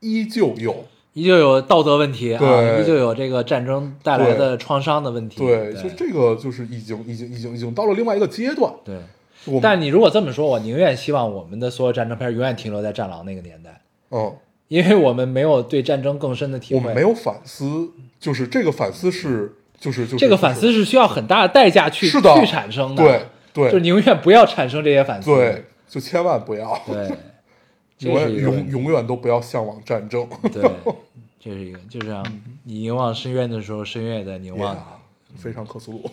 [SPEAKER 2] 依旧有
[SPEAKER 1] 依旧有道德问题啊，
[SPEAKER 2] 对
[SPEAKER 1] 依旧有这个战争带来的创伤的问题。
[SPEAKER 2] 对，就
[SPEAKER 1] 对
[SPEAKER 2] 这个就是已经已经已经已经到了另外一个阶段。
[SPEAKER 1] 对
[SPEAKER 2] 我们
[SPEAKER 1] 但你如果这么说，我宁愿希望我们的所有战争片永远停留在《战狼》那个年代，
[SPEAKER 2] 嗯，
[SPEAKER 1] 因为我们没有对战争更深的体
[SPEAKER 2] 我
[SPEAKER 1] 会。
[SPEAKER 2] 们没有反思，就是这个反思是就是就是
[SPEAKER 1] 这个反
[SPEAKER 2] 就
[SPEAKER 1] 思是需要很大的代价去
[SPEAKER 2] 是的
[SPEAKER 1] 去产生的。
[SPEAKER 2] 对，对
[SPEAKER 1] 就是你永远不要产生这些反思。
[SPEAKER 2] 对，就千万不要，
[SPEAKER 1] 对，
[SPEAKER 2] 永
[SPEAKER 1] 这
[SPEAKER 2] 远
[SPEAKER 1] 是一个
[SPEAKER 2] 永
[SPEAKER 1] 问题。
[SPEAKER 2] 永远都不要向往战争。
[SPEAKER 1] 对，这是一个，就像你凝望深渊的时候，深渊也在凝望你。
[SPEAKER 2] (laughs) 非常克苏鲁。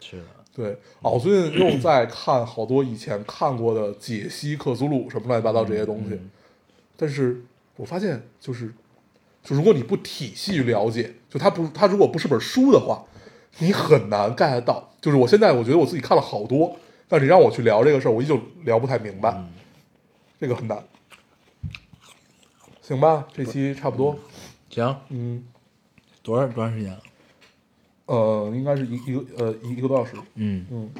[SPEAKER 1] 是的，
[SPEAKER 2] 对，啊，我最近又在看好多以前看过的解析克苏鲁什么乱七八糟这些东西，但是我发现就是，就如果你不体系了解，就它不它如果不是本书的话，你很难 get 到。就是我现在我觉得我自己看了好多，但是你让我去聊这个事儿，我依旧聊不太明白，这个很难。行吧，这期差不多，
[SPEAKER 1] 行，
[SPEAKER 2] 嗯，
[SPEAKER 1] 多少多长时间了？
[SPEAKER 2] 呃，应该是一一个呃一一个多小时，
[SPEAKER 1] 嗯
[SPEAKER 2] 嗯，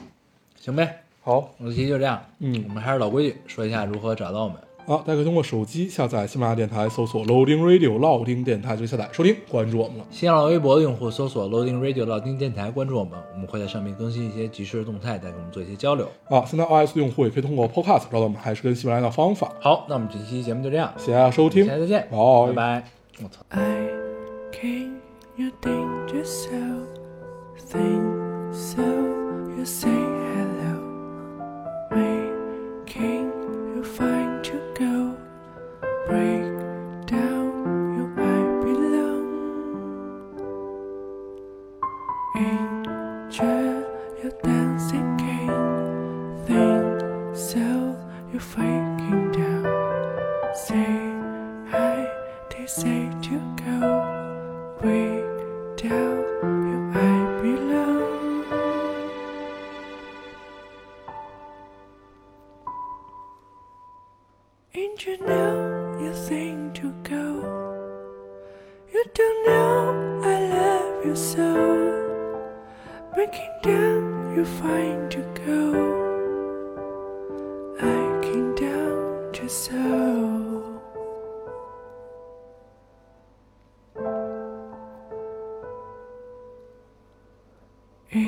[SPEAKER 1] 行呗，
[SPEAKER 2] 好。
[SPEAKER 1] 这期就这样。
[SPEAKER 2] 嗯
[SPEAKER 1] 我们还是老规矩，说一下如何找到我们。
[SPEAKER 2] 好，大家可以通过手机下载喜马拉雅电台，搜索 Loading Radio 老丁电台就可以下载收听，关注我们了。
[SPEAKER 1] 新浪微博的用户搜索 Loading Radio 老丁电台，关注我们，我们会在上面更新一些即时的动态，再跟我们做一些交流。
[SPEAKER 2] 啊，现在 iOS 用户也可以通过 Podcast 找到我们，还是跟喜马拉雅的方法。
[SPEAKER 1] 好，那我们这期节目就这样，
[SPEAKER 2] 谢谢大家收听，
[SPEAKER 1] 下期再见，
[SPEAKER 2] 好
[SPEAKER 1] 拜拜。我操。
[SPEAKER 3] I can you think just so think so you say hello making you find to go break down you I belong angel you dancing king think so you faking down say hi, they say to go. We tell you I belong. And you know you think to go. You don't know I love you so. Breaking down, you find to go. I came down to so.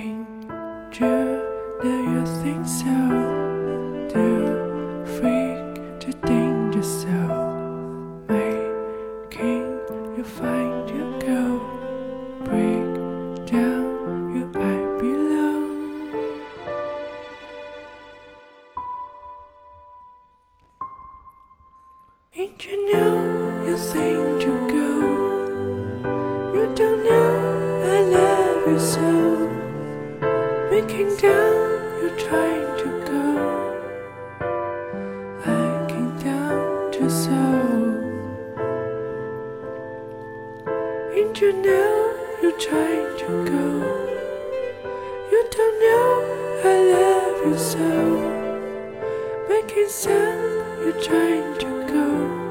[SPEAKER 3] Angel, do you think so? Do freak to danger so? Making you find your go. Break down, you I belong. Ain't you know you think to go? You don't know I love you so. Breaking down, you're trying to go. I came down to so. Ain't you know you're trying to go? You don't know I love you so. Making sound, you're trying to go.